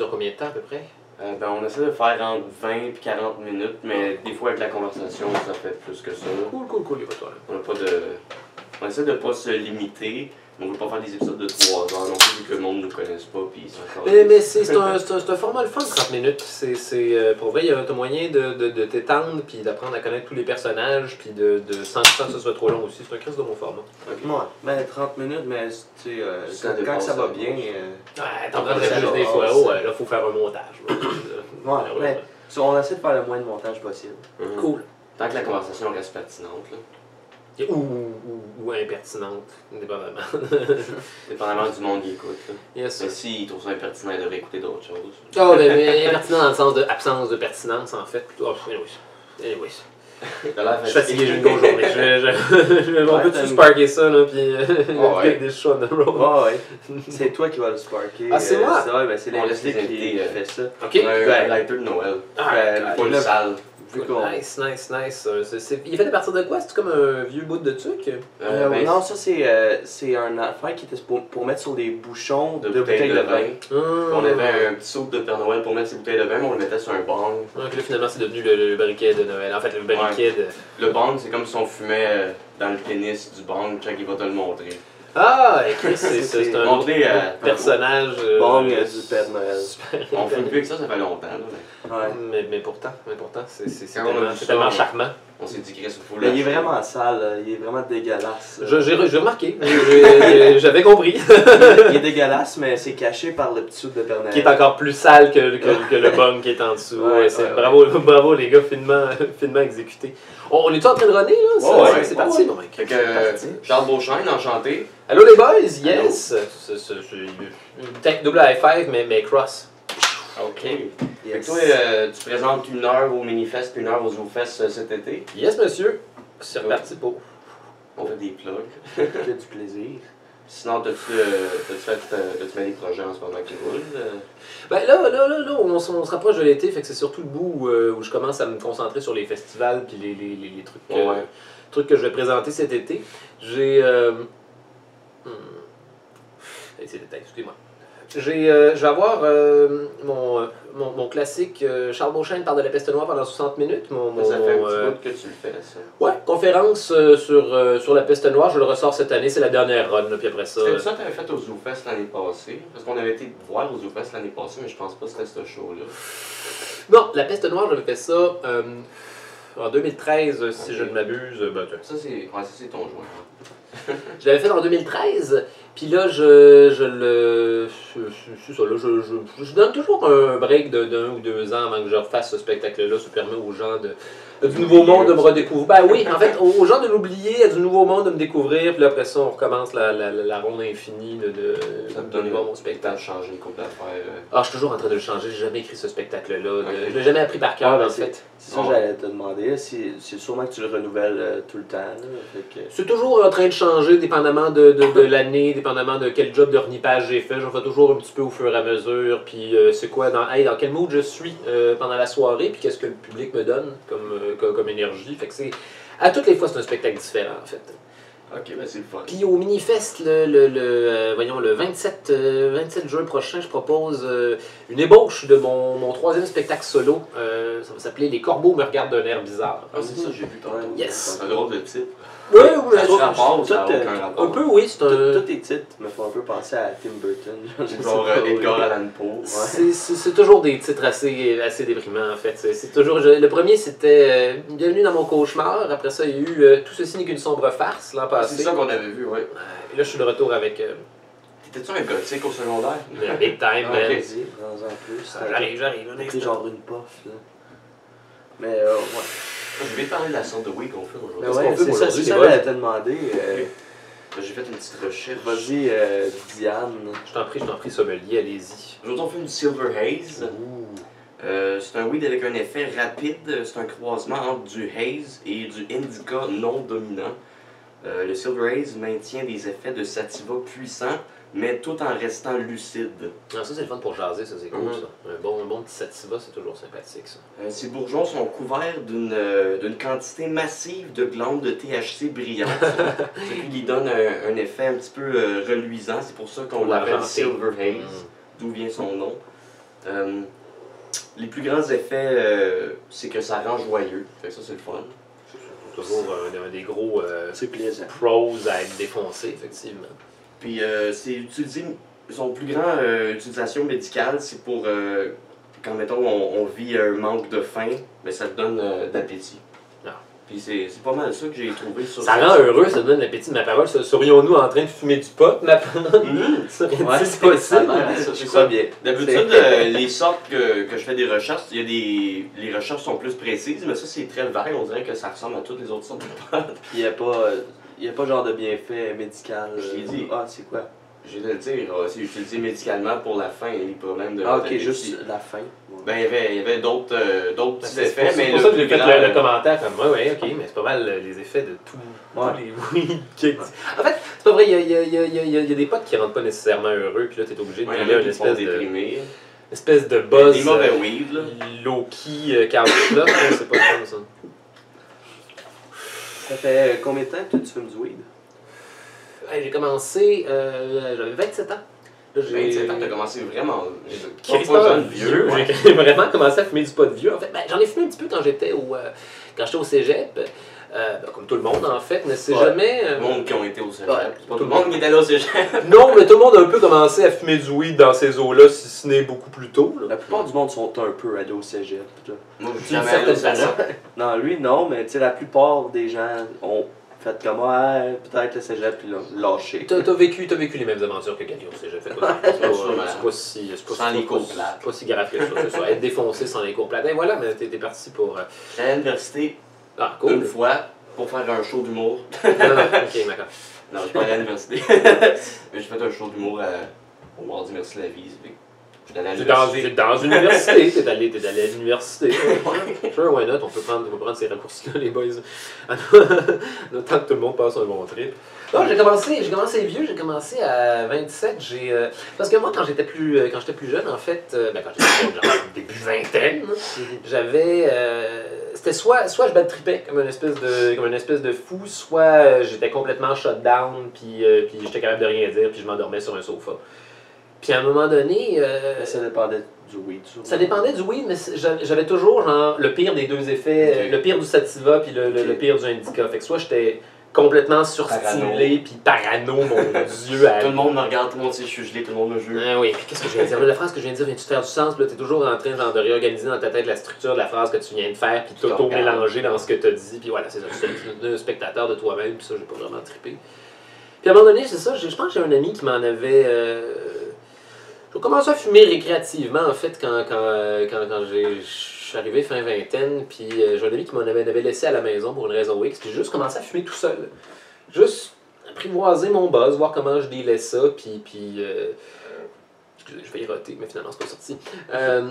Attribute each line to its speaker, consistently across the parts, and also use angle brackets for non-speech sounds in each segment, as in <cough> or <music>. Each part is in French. Speaker 1: euh, combien de temps à peu près?
Speaker 2: Euh, ben, on essaie de faire entre 20 et 40 minutes, mais des fois avec la conversation, ça fait plus que ça.
Speaker 1: Cool, cool, cool, les toi.
Speaker 2: On n'a pas de. On essaie de pas se limiter. On veut pas faire des épisodes de 3 heures non plus vu que le monde ne nous connaisse pas puis ça
Speaker 1: Mais, mais c'est c'est un, c'est un- c'est un format le fun, 30 minutes. C'est, c'est, euh, pour vrai, il y a un moyen de, de, de t'étendre, puis d'apprendre à connaître tous les personnages, puis de, de, sans, sans que ce soit trop long aussi. C'est un crise de bon format.
Speaker 3: Ouais, ben 30 minutes, mais tu sais, euh,
Speaker 2: Le temps
Speaker 3: quand,
Speaker 2: de
Speaker 3: quand ça va
Speaker 2: passer.
Speaker 3: bien. euh,
Speaker 1: Ouais,
Speaker 2: t'en
Speaker 1: t'en
Speaker 2: prendrais
Speaker 1: prendrais juste
Speaker 2: juste
Speaker 1: des fois.
Speaker 2: ça.
Speaker 1: Oh, ouais, là, faut faire un montage. <coughs> là.
Speaker 3: ouais, mais ça, on essaie de faire le moins de montage possible.
Speaker 2: Mhm.
Speaker 1: Cool.
Speaker 2: Tant que la conversation reste pertinente, là.
Speaker 1: Ou, ou, ou impertinente, indépendamment.
Speaker 2: Dépendamment du monde qui écoute. Là.
Speaker 1: yes, <laughs>
Speaker 2: Mais s'ils trouvent ça impertinent, ils devraient écouter d'autres choses.
Speaker 1: Oh, ben, mais impertinent dans le sens de absence de pertinence, en fait. plutôt. Oh, anyways. Anyways.
Speaker 2: T'as l'air
Speaker 1: Je suis fatigué, j'ai Ah, une grosse journée. Je, je, <laughs> je, on
Speaker 3: Ouais,
Speaker 1: peut-tu
Speaker 3: t'as
Speaker 1: se
Speaker 3: une-
Speaker 1: parquer ça, là, puis <laughs> euh,
Speaker 2: Oh, Ouais. Oh,
Speaker 1: des shows on the road?
Speaker 3: Ouais, ouais.
Speaker 2: <laughs>
Speaker 3: c'est toi qui vas le sparker.
Speaker 1: Ah, c'est
Speaker 3: euh,
Speaker 1: moi?
Speaker 3: C'est ouais, ben, c'est
Speaker 2: On laisse
Speaker 3: l'invité
Speaker 2: les
Speaker 3: qui,
Speaker 2: invités,
Speaker 3: qui
Speaker 2: euh, Ah,
Speaker 3: fait ça.
Speaker 1: Ok.
Speaker 2: On a un
Speaker 3: Ben,
Speaker 2: lighter de
Speaker 1: Euh,
Speaker 2: Noël.
Speaker 3: Ben,
Speaker 2: Il
Speaker 3: là,
Speaker 2: faut une salle.
Speaker 3: vu qu'on-
Speaker 1: Ah, Nice, nice, nice. Euh, c'est- c'est- Il est fait à partir de quoi? C'est comme un vieux bout de truc?
Speaker 3: Euh,
Speaker 2: Euh, ben,
Speaker 3: non, ça c'est euh, c'est un affaire qui était pour, pour mettre sur des bouchons de,
Speaker 2: de bouteilles de vin. On avait
Speaker 1: avait
Speaker 2: un petit saut de Père Noël pour mettre ces bouteilles de vin, mais on le mettait sur un bang.
Speaker 1: Donc Ah, là, finalement, c'est devenu le, le briquet de Noël. En fait, le briquet de...
Speaker 2: Le bang, c'est comme si on fumait euh, dans le pénis du bang, Chuck il va te le montrer. euh,
Speaker 1: Ah! et Chris,
Speaker 2: <laughs>
Speaker 1: c'est c'est- c'est un autre
Speaker 2: Montrez à
Speaker 1: personnage... euh,
Speaker 3: Bang euh, du Père Noël.
Speaker 1: super
Speaker 2: On fume plus que ça, ça fait longtemps. Là, mais
Speaker 3: Ouais.
Speaker 1: Mais, mais pourtant, mais pourtant, c'est c'est- c'est
Speaker 2: Quand on a
Speaker 1: tellement,
Speaker 2: vu
Speaker 1: c'est
Speaker 2: ça,
Speaker 1: tellement
Speaker 2: on-
Speaker 1: charmant.
Speaker 2: on s'est dit, Chris, il faut
Speaker 3: Mais Ben, il est
Speaker 2: l'acheter.
Speaker 3: vraiment sale, euh, il est vraiment dégueulasse. euh.
Speaker 1: Je- J'ai re- j'ai remarqué,
Speaker 2: <laughs>
Speaker 1: J'ai- j'avais compris.
Speaker 3: il est dégueulasse, mais c'est caché par le petit soude de Père Noël.
Speaker 1: qui est encore plus sale que, que- que le bum qui est en dessous.
Speaker 3: Ouais,
Speaker 1: Ouais, c'est-
Speaker 3: ouais, ouais.
Speaker 1: bravo, bravo les gars, finement, <laughs> finement exécuté. On, on est-tu en train de runner là? Ça,
Speaker 2: Ouais,
Speaker 1: c'est-
Speaker 2: ouais,
Speaker 1: c'est
Speaker 2: ouais.
Speaker 1: parti, mon mec.
Speaker 2: Fait que
Speaker 3: C'est
Speaker 2: euh,
Speaker 3: parti.
Speaker 2: Charles Beauchamp, enchanté.
Speaker 1: Allô les boys, yes! C'est- c'est- c'est- Peut-être double high five, mais, mais cross.
Speaker 2: OK. Fait que
Speaker 3: Yes.
Speaker 2: toi, euh, tu présentes une heure au Minifest puis une heure aux Zoufest euh, cet été.
Speaker 1: Yes, monsieur. C'est reparti pour.
Speaker 2: On fait des plugs.
Speaker 3: <laughs> Que du plaisir.
Speaker 2: Sinon, t'as-tu euh, t'as-tu fait euh, t'as-tu fait des projets en ce moment qui roulent? euh?
Speaker 1: Ben là, là, là, là, on, s- on se rapproche de l'été, fait que c'est surtout le bout où, euh, où je commence à me concentrer sur les festivals puis les, les, les, les trucs, euh, que,
Speaker 2: Ouais.
Speaker 1: trucs que je vais présenter cet été. J'ai. euh, hmm, hey, c'est détail, excusez-moi. J'ai, euh, je vais avoir euh, mon, euh, mon, mon classique euh, Charles Beauchesne parle de la peste noire pendant 60 minutes. Mon, mon-
Speaker 2: Ça fait un
Speaker 1: mon, euh,
Speaker 2: petit bout que tu le fais, ça.
Speaker 1: ouais, conférence euh, sur, euh, sur la peste noire, je le ressors cette année, c'est la dernière run, là, puis après ça. euh,
Speaker 2: C'était ça que t'avais fait aux Zoufest l'année passée? Parce qu'on avait été te voir aux Zoufest l'année passée, mais je pense pas que c'était ce show-là.
Speaker 1: Non, la peste noire, j'avais fait ça euh, en 2013, si je ne m'abuse. Ben, tiens,
Speaker 2: Ça, c'est ouais, ça, c'est ton joint. hein.
Speaker 1: je l'avais fait en 2013, puis là, je, je le. C'est ça, là, je, je- je donne toujours un break de- d'un ou deux ans avant que je refasse ce spectacle-là. Ça permet aux gens de, du nouveau monde de me redécouvrir. Ben oui, en fait, aux, aux gens de l'oublier, du nouveau monde de me découvrir, puis là, après ça, on recommence la, la, la- la ronde infinie de, de,
Speaker 2: Ça me
Speaker 1: de
Speaker 2: donne
Speaker 1: voir mon
Speaker 2: Fait que t'as
Speaker 1: spectacle.
Speaker 2: changé une couple d'affaires. euh.
Speaker 1: Ah, je suis toujours en train de le changer, j'ai jamais écrit ce spectacle-là. de-
Speaker 2: Ok.
Speaker 1: Je l'ai jamais appris par cœur,
Speaker 3: Ah, ben,
Speaker 1: en fait.
Speaker 3: C'est ça que
Speaker 2: Ouais.
Speaker 3: j'allais te demander. là, C'est c'est sûrement que tu le renouvelles euh, tout le temps. là, fait que-
Speaker 1: C'est toujours en train de changer, dépendamment de, de- de l'année, dépendamment de quel job de renipage j'ai fait. J'en fais toujours un petit peu au fur et à mesure. Puis euh, c'est quoi, dans, hey, dans quel mood je suis euh, pendant la soirée, puis qu'est-ce que le public me donne comme, euh, co- comme énergie. Fait que c'est. À toutes les fois, c'est un spectacle différent, en fait.
Speaker 2: Ok, ben c'est le fun.
Speaker 1: Puis au mini-fest, le, le, le, euh, voyons, le 27, euh, 27 juin prochain, je propose euh, une ébauche de mon, mon troisième spectacle solo. Euh, ça va s'appeler Les corbeaux me regardent d'un air bizarre.
Speaker 2: Ah, c'est ça, j'ai vu tantôt.
Speaker 1: Yes.
Speaker 2: C'est un drôle de titre.
Speaker 1: Oui,
Speaker 2: Ça a-tu rapport ou ça a
Speaker 3: tout, euh,
Speaker 2: aucun rapport?
Speaker 1: Un peu, oui, c'est un.
Speaker 3: Tous tous tes titres me font un peu penser à Tim Burton. <laughs> Je sais
Speaker 2: euh, Genre
Speaker 3: pas,
Speaker 2: euh, Edgar
Speaker 3: oui.
Speaker 2: Allan Poe.
Speaker 1: C'est- C'est c'est toujours des titres assez, assez déprimants, en fait. C'est c'est toujours, je- le premier, c'était euh, Bienvenue dans mon cauchemar. Après ça, il y a eu euh, Tout ceci n'est qu'une sombre farce l'an
Speaker 2: Ah,
Speaker 1: passé.
Speaker 2: C'est ça qu'on avait vu, ouais.
Speaker 1: Et là, je suis de retour avec euh,
Speaker 2: T'étais-tu un gothique au secondaire? <laughs>
Speaker 1: le Big Time.
Speaker 2: Ah,
Speaker 1: man.
Speaker 2: ok.
Speaker 3: Vas-y, prends-en plus.
Speaker 1: Ah, J'arrive, j'arrive. un
Speaker 3: T'as
Speaker 1: instant.
Speaker 3: pris genre une puff, là. Mais euh, ouais.
Speaker 2: Je vais te parler de la sorte de week qu'on fait
Speaker 3: Mais
Speaker 2: aujourd'hui.
Speaker 1: Qu'est-ce qu'on fait
Speaker 3: ouais, c'est
Speaker 1: pour
Speaker 3: ça,
Speaker 1: aujourd'hui,
Speaker 3: c'est ça
Speaker 1: les
Speaker 3: que
Speaker 1: boys?
Speaker 3: j'allais te demander. euh,
Speaker 2: J'ai fait une petite recherche.
Speaker 3: Vas-y, euh, Diane.
Speaker 1: Je t'en prie, je t'en prie, sommelier, allez-y.
Speaker 2: Aujourd'hui, on fait une Silver Haze. Euh, c'est un weed avec un effet rapide. C'est un croisement entre du haze et du indica non dominant. Euh, le Silver Haze maintient des effets de sativa puissants, mais tout en restant lucide.
Speaker 1: Ah, ça, c'est le fun pour jaser, ça, c'est cool,
Speaker 2: Mhm.
Speaker 1: ça. Un bon, un bon petit sativa, c'est toujours sympathique, ça.
Speaker 2: Euh, ces bourgeons sont couverts d'une euh, d'une quantité massive de glandes de THC brillantes, ce qui lui donne un, un effet un petit peu euh, reluisant. C'est pour ça qu'on
Speaker 1: Ou
Speaker 2: l'appelle
Speaker 1: argenté.
Speaker 2: Silver Haze,
Speaker 1: Mm.
Speaker 2: d'où vient son nom. Euh, les plus grands effets, euh, c'est que ça rend joyeux. Fait que ça, c'est le fun.
Speaker 1: C'est toujours un, un des gros euh,
Speaker 3: C'est plaisant.
Speaker 1: pros à être défoncé, effectivement.
Speaker 2: Puis euh, c'est utilisé, son plus grand euh, utilisation médicale, c'est pour euh, quand mettons on, on vit un manque de faim, mais ça te donne euh, d'appétit.
Speaker 1: Ah.
Speaker 2: Puis c'est c'est pas mal ça que j'ai trouvé sur
Speaker 1: Ça rend heureux, ça donne l'appétit de ma parole. Se- Serions-nous en train de fumer du pot, ma parole?
Speaker 2: Mhm.
Speaker 1: Ça,
Speaker 3: <laughs> Ouais,
Speaker 1: c'est possible.
Speaker 2: Ah, ça,
Speaker 3: Je
Speaker 2: c'est
Speaker 3: crois
Speaker 2: ça.
Speaker 3: bien.
Speaker 2: D'habitude, euh, les sortes que, que je fais des recherches, il y a des. Les recherches sont plus précises, mais ça c'est très vague, on dirait que ça ressemble à toutes les autres sortes de plantes.
Speaker 3: Il n'y a pas. euh, Il y a pas genre de bienfait médical.
Speaker 2: Je l'ai
Speaker 3: euh,
Speaker 2: dit.
Speaker 3: Ah, c'est quoi
Speaker 2: Je vais te le dire, euh, c'est utilisé médicalement pour la faim et les problèmes de
Speaker 3: Ah, ok,
Speaker 2: d'appétit.
Speaker 3: juste la fin. Ouais.
Speaker 2: Ben, il y avait, il y avait d'autres euh, d'autres petits
Speaker 1: Ben, C'est
Speaker 2: effets,
Speaker 1: pour,
Speaker 2: mais
Speaker 1: c'est pour
Speaker 2: le
Speaker 1: ça que j'ai
Speaker 2: plus
Speaker 1: fait
Speaker 2: grand,
Speaker 1: le,
Speaker 2: euh,
Speaker 1: le commentaire comme ouais, ouais, ok, mais c'est pas mal euh, les effets de tout.
Speaker 3: Ouais.
Speaker 1: tous les oui kicks. En fait, c'est pas vrai, il y a, il y a- il y a- il y a- il y a- il y a des potes qui rendent pas nécessairement heureux, puis là t'es obligé de
Speaker 2: Ouais, il y en
Speaker 1: filer
Speaker 2: a
Speaker 1: une
Speaker 2: qui se font
Speaker 1: espèce de,
Speaker 2: déprimer.
Speaker 1: une espèce de
Speaker 2: Il y a
Speaker 1: buzz.
Speaker 2: Des mauvais weed, là.
Speaker 1: euh, Loki, euh, Carl Flock, hein, c'est pas comme ça.
Speaker 3: Ça fait euh, combien de temps que tu fumes du weed
Speaker 1: Hey, j'ai commencé, euh, j'avais 27 ans. Là, j'ai- euh,
Speaker 2: 27 ans, Ben, t'as commencé vraiment. euh,
Speaker 1: Qui est
Speaker 2: Pas pas
Speaker 1: pas
Speaker 2: jeune vieux. ouais.
Speaker 1: J'ai <laughs> vraiment commencé à fumer du pot de vieux. En fait, ben, j'en ai fumé un petit peu quand j'étais au, euh, quand j'étais au cégep. Euh, ben, comme tout le monde, en fait, mais c'est
Speaker 3: Ouais.
Speaker 1: jamais. euh,
Speaker 2: Tout le monde qui ont été au cégep.
Speaker 1: Ouais.
Speaker 2: C'est pas tout le monde qui était allé au cégep.
Speaker 1: <laughs> Non, mais tout le monde a un peu commencé à fumer du weed dans ces eaux-là, si ce n'est beaucoup plus tôt. là.
Speaker 3: La plupart du monde sont un peu ados au cégep. là.
Speaker 2: Moi, je suis
Speaker 1: D'une
Speaker 2: jamais allé au
Speaker 1: certaine
Speaker 2: cégep.
Speaker 3: Non, lui, non, mais tu sais, la plupart des gens ont fait comme ah, peut-être le cégep, puis l'ont lâché.
Speaker 1: T'as t'as vécu, t'as vécu les mêmes aventures que Galio, c'est j'ai fait. pas- C'est pas,
Speaker 2: sûrement.
Speaker 1: c'est pas si, c'est pas
Speaker 2: Sans
Speaker 1: si-
Speaker 2: les
Speaker 1: c'est
Speaker 2: cours
Speaker 1: pas-
Speaker 2: plates.
Speaker 1: c'est pas si grave que ça. c'est ça. Être défoncé sans les cours plates. Et voilà, mais t'es t'es parti pour. euh,
Speaker 2: J'étais à l'université
Speaker 1: Ah, <laughs>
Speaker 2: une
Speaker 1: cool.
Speaker 2: fois pour faire un show d'humour.
Speaker 1: Ah, ok, d'accord.
Speaker 2: Non, je suis pas allé à
Speaker 1: <laughs>
Speaker 2: l'université. Mais j'ai fait un show d'humour à... au Mardi Merci la Vie. Fait que J'étais allé à
Speaker 1: T'es dans,
Speaker 2: l'université.
Speaker 1: t'es dans <laughs> l'université, t'es allé, t'es allé à l'université. Sure, why not? On peut prendre, on peut prendre ces raccourcis-là, les boys. En autant que tout <laughs> le monde passe un bon trip. Non, j'ai commencé, j'ai commencé vieux, j'ai commencé à 27. J'ai, euh, parce que moi, quand j'étais plus, euh, quand j'étais plus jeune, en fait, euh, ben, quand j'étais plus jeune, genre <coughs> début vingtaine, Mm-hmm. j'avais. euh, c'était soit, soit je bad tripais comme une espèce de, comme une espèce de fou, soit euh, j'étais complètement shut down, puis, euh, puis j'étais capable de rien dire, puis je m'endormais sur un sofa. Puis à un moment donné. euh,
Speaker 3: Mais ça dépendait du weed, sûrement.
Speaker 1: ça dépendait du oui, mais c'est- j'a- j'avais toujours genre, le pire des deux effets,
Speaker 2: Ok.
Speaker 1: euh, le pire du sativa puis le, le- le
Speaker 3: Ok.
Speaker 1: pire du indica. Fait que soit j'étais complètement surstimulé puis parano, mon dieu. à-
Speaker 2: Tout le monde me regarde, tout le monde sait que je suis gelé, tout le monde me juge.
Speaker 1: Ah oui, puis qu'est-ce que je viens de dire? là? la phrase que je viens de dire vient-tu faire du sens? Puis là, t'es toujours en train genre, de réorganiser dans ta tête la structure de la phrase que tu viens de faire, puis
Speaker 2: Puis t'en
Speaker 1: t'auto-mélanger dans ce que t'as dit. Puis voilà, c'est ça, tu es un spectateur de toi-même, puis ça, j'ai pas vraiment trippé. Puis à un moment donné, c'est ça, j'ai- je pense que j'ai un ami qui m'en avait... euh, J'ai commencé à fumer récréativement, en fait, quand, quand, euh, quand, quand j'ai- je suis arrivé fin vingtaine, puis euh, j'ai un ami qui m'en avait, avait laissé à la maison pour une raison X, puis j'ai juste commencé à fumer tout seul. Juste apprivoiser mon buzz, voir comment je délais ça, puis... puis euh, Excusez, je vais y roter, mais finalement, c'est pas sorti. Euh,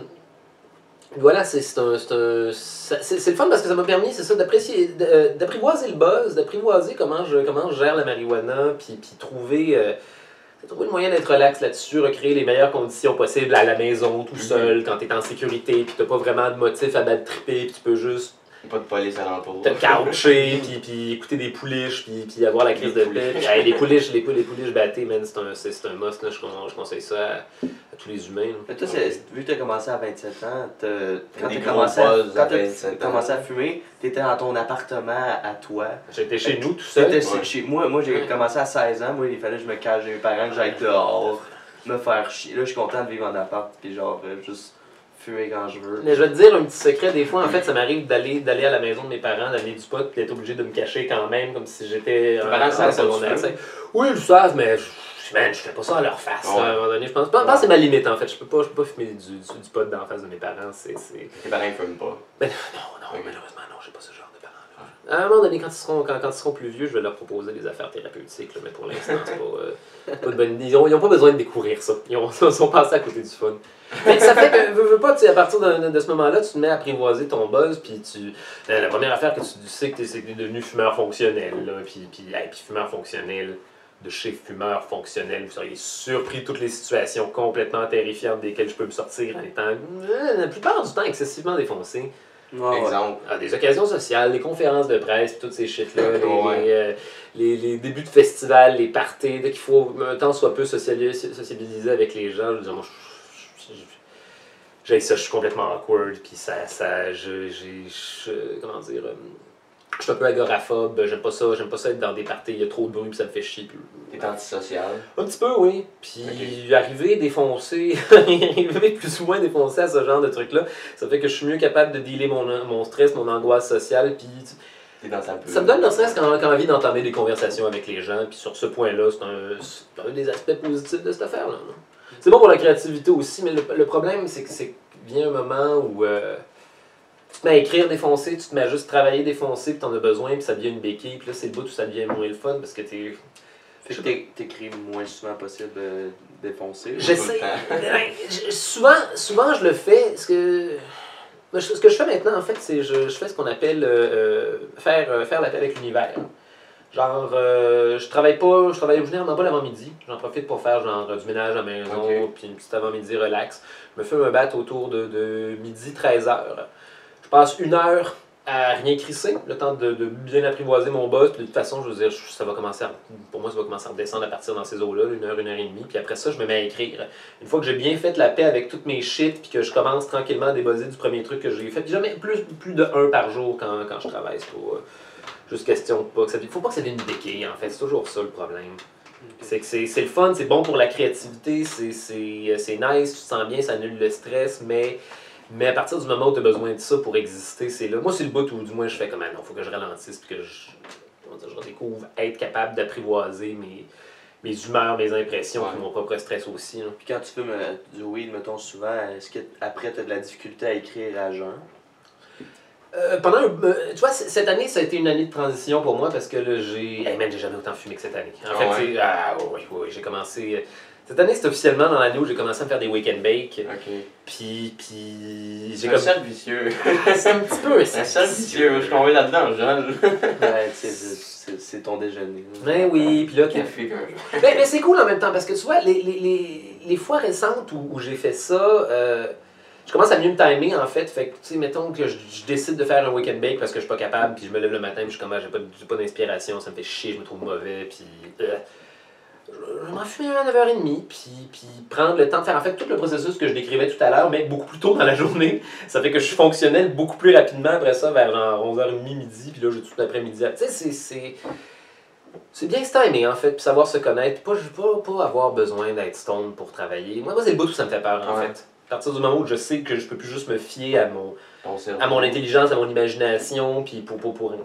Speaker 1: voilà, c'est c'est un. C'est un- ça- c'est- c'est le fun parce que ça m'a permis, c'est ça, d'apprécier, d'- euh, d'apprivoiser le buzz, d'apprivoiser comment je, comment je gère la marijuana, puis, puis trouver, euh, trouver le moyen d'être relax là-dessus, recréer les meilleures conditions possibles à la maison, tout
Speaker 2: Mhm.
Speaker 1: seul, quand t'es en sécurité, puis t'as pas vraiment de motif à battre triper, puis tu peux juste
Speaker 2: Pas de police alentour.
Speaker 1: te
Speaker 2: <laughs>
Speaker 1: coucher, puis, puis écouter des pouliches, puis, puis avoir la crise
Speaker 2: Les
Speaker 1: de paix. Hey, les pouliches, les, pou- les pouliches battées, man, c'est un, c'est c'est un must, là, je, con- je conseille ça à, à tous les humains. là.
Speaker 3: Mais toi, c'est- vu que t'as commencé à 27 ans, t'as- quand
Speaker 2: Des
Speaker 3: t'as
Speaker 2: gros
Speaker 3: commencé, à-
Speaker 2: buzz
Speaker 3: quand
Speaker 2: à
Speaker 3: t'as
Speaker 2: 27 ans.
Speaker 3: commencé à fumer, t'étais dans ton appartement à toi.
Speaker 1: J'étais chez nous tout
Speaker 3: C'était
Speaker 1: seul.
Speaker 3: c'est
Speaker 2: ouais.
Speaker 3: chez moi. Moi, j'ai
Speaker 1: Ouais.
Speaker 3: commencé à 16 ans. Moi, il fallait que je me cache j'ai mes parents, que j'aille dehors, me faire chier. Là, je suis content de vivre en appart, puis genre, euh, juste fumer quand je veux.
Speaker 1: Mais je vais te dire un petit secret, des fois en fait ça m'arrive d'aller d'aller à la maison de mes parents, d'aller du pot, puis d'être obligé de me cacher quand même, comme si j'étais
Speaker 2: Tes
Speaker 1: en-
Speaker 2: parents
Speaker 1: en
Speaker 2: savent pas
Speaker 1: secondaire
Speaker 2: que tu
Speaker 1: cinq. Oui, ils le savent, mais je, man, je fais pas ça à leur face
Speaker 2: Ouais.
Speaker 1: à un moment donné, je pense. Je pense que c'est ma limite en fait, je peux pas, je peux pas fumer du, du, du pot dans la face de mes parents, c'est... c'est-
Speaker 2: Tes parents ils fument pas.
Speaker 1: Ben non, non, malheureusement, non, j'ai pas ce genre de parents-là. À un moment donné, quand ils, seront, quand, quand ils seront plus vieux, je vais leur proposer des affaires thérapeutiques, là, mais pour l'instant, c'est pas, euh, pas de bonne idée. Ils ont, ils ont pas besoin de découvrir ça. Ils, ont, ils sont passés à côté du fun. Mais ça fait que, veux, veux pas, tu sais, à partir de, de ce moment-là, tu te mets à apprivoiser ton buzz, puis tu. euh, la première affaire que tu sais que t'es, c'est que t'es devenu fumeur fonctionnel, là, puis, puis, hey, puis fumeur fonctionnel. De chez fumeur fonctionnel, vous seriez surpris de toutes les situations complètement terrifiantes desquelles je peux me sortir en étant, euh, la plupart du temps, excessivement défoncé.
Speaker 3: Ouais, ouais.
Speaker 2: Exemple.
Speaker 1: Ah, des occasions sociales, les conférences de presse, toutes ces shit-là, les,
Speaker 2: Ouais.
Speaker 1: les, euh, les- les débuts de festivals, les parties, dès qu'il faut un temps soit peu sociali- sociabiliser avec les gens, je veux dire, moi, je- je- je- j'ai ça, je suis complètement awkward, puis ça, ça, je- j'ai, je- comment dire, euh, je suis un peu agoraphobe, j'aime pas ça, j'aime pas ça être dans des parties, il y a trop de bruit, puis ça me fait chier, puis-
Speaker 2: T'es antisocial.
Speaker 1: un petit peu, oui. Puis arriver défoncé, <laughs> arriver plus ou moins défoncé à ce genre de truc-là, ça fait que je suis mieux capable de dealer mon, mon stress, mon angoisse sociale. Puis
Speaker 2: T'es dans ta bulle.
Speaker 1: ça me donne le stress quand, quand envie d'entamer des conversations avec les gens. Puis sur ce point-là, c'est un, c'est un des aspects positifs de cette affaire-là. non? C'est bon pour la créativité aussi, mais le, le problème, c'est que c'est vient un moment où euh, tu te mets à écrire défoncé, tu te mets à juste travailler défoncé, puis t'en as besoin, puis ça devient une béquille. Puis là, c'est le bout où ça devient moins le fun parce que t'es.
Speaker 3: Fait que t'é- t'écris le moins souvent possible euh, défoncé.
Speaker 2: Je-
Speaker 1: J'essaie.
Speaker 2: Tout
Speaker 1: Ben, je- souvent, souvent, je le fais. Ce que, moi, je- ce que je fais maintenant, en fait, c'est je, je fais ce qu'on appelle euh, euh, faire, euh, faire l'appel avec l'univers. Genre, euh, je travaille pas, je travaille généralement pas l'avant-midi. J'en profite pour faire genre du ménage à la maison,
Speaker 2: Ok.
Speaker 1: puis une petite avant-midi relax. Je me fais un bat autour de, de midi 13h. Je passe une heure à rien crisser, le temps de, de bien apprivoiser mon boss. Puis de toute façon, je veux dire, je- ça va commencer à- pour moi, ça va commencer à descendre à partir dans ces eaux-là, une heure, une heure et demie. Puis après ça, je me mets à écrire. Une fois que j'ai bien fait la paix avec toutes mes shit, puis que je commence tranquillement à débosser du premier truc que j'ai fait, puis jamais plus, plus de un par jour quand, quand je travaille. c'est pas, euh, juste question de pas que ça devienne- faut pas que ça devienne une béquille, en fait. C'est toujours ça le problème. C'est que c'est c'est le fun, c'est bon pour la créativité, c'est- c'est c'est nice, tu te sens bien, ça annule le stress, mais, mais à partir du moment où tu as besoin de ça pour exister, c'est là. Moi, c'est le bout où du moins je fais comme ah non, faut que je ralentisse puis que je, comment dire, je redécouvre être capable d'apprivoiser mes, mes humeurs, mes impressions, puis
Speaker 2: Ouais.
Speaker 1: mon propre stress aussi. hein.
Speaker 3: Puis quand tu fumes euh, du weed, mettons souvent, est-ce que t- après t'as de la difficulté à écrire à
Speaker 2: <laughs>
Speaker 3: jeun
Speaker 1: Euh, pendant un- euh, tu vois, c- cette année, ça a été une année de transition pour moi parce que là, j'ai. Hey man, j'ai jamais autant fumé que cette année. En
Speaker 2: Ah
Speaker 1: fait,
Speaker 2: ouais?
Speaker 1: c'est- ah, oui, oui, oui, j'ai commencé. euh, Cette année, c'est officiellement dans l'année où j'ai commencé à me faire des week-end bake.
Speaker 2: Ok.
Speaker 1: Puis, puis.
Speaker 2: C'est
Speaker 1: J'ai
Speaker 2: un
Speaker 1: comme.
Speaker 2: cercle vicieux.
Speaker 1: <laughs> C'est un petit peu un
Speaker 2: C'est un
Speaker 1: cercle
Speaker 2: cercle vicieux. Je suis tombé là-dedans, jeune.
Speaker 3: Ouais, tu sais, c'est- c'est c'est ton déjeuner. là.
Speaker 1: Ben oui, puis là, tu-
Speaker 2: <laughs> Café, quand même.
Speaker 1: Mais, mais c'est cool en même temps, parce que tu vois, les, les, les, les fois récentes où, où j'ai fait ça, euh, je commence à mieux me timer en fait. Fait que, tu sais, mettons que je, je décide de faire un week-end bake parce que je suis pas capable, puis je me lève le matin, puis je suis comme, ah, j'ai pas, j'ai pas d'inspiration, ça me fait chier, je me trouve mauvais, puis. euh, je je m'en fume à 9h30, puis, puis prendre le temps de faire en fait tout le processus que je décrivais tout à l'heure, mais beaucoup plus tôt dans la <laughs> journée. Ça fait que je suis fonctionnel beaucoup plus rapidement après ça, vers genre 11h30, midi, puis là j'ai tout l'après-midi. à- Tu sais, c'est- c'est. C'est bien se timer en fait, puis savoir se connaître, pas, pas, pas avoir besoin d'être stone pour travailler. Moi, moi c'est le bout où ça me fait peur en
Speaker 2: Ouais.
Speaker 1: fait. À partir du moment où je sais que je peux plus juste me fier à mon,
Speaker 2: Ton cerveau.
Speaker 1: à mon intelligence, à mon imagination, puis pour, pour, pour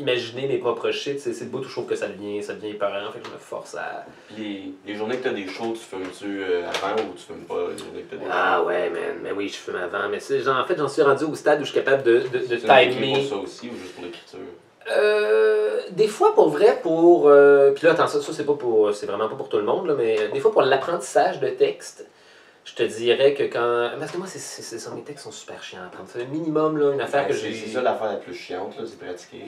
Speaker 1: imaginer mes propres shit, c'est c'est le bout où je trouve que ça devient, ça devient épeurant, fait que je me force à.
Speaker 2: Puis les, les journées que t'as des shows, tu fumes-tu euh, avant ou tu fumes pas les journées que t'as des
Speaker 1: Ah ouais, man, mais oui, je fume avant, mais c'est genre, en fait, j'en suis rendu au stade où je suis capable de, de, de
Speaker 2: Tu as une clé
Speaker 1: timer.
Speaker 2: pour ça aussi ou juste pour l'écriture
Speaker 1: Euh, des fois, pour vrai, pour. euh, Puis là, attends, ça, ça, c'est pas pour. C'est vraiment pas pour tout le monde, là, mais euh, des fois, pour l'apprentissage de texte, je te dirais que quand. Parce que moi, c'est, c'est, c'est ça, mes textes sont super chiants à apprendre. C'est un minimum, là, une affaire
Speaker 2: Ben,
Speaker 1: que j'ai.
Speaker 2: c'est-
Speaker 1: ben,
Speaker 2: C'est ça l'affaire la plus chiante, là, c'est pratiquer.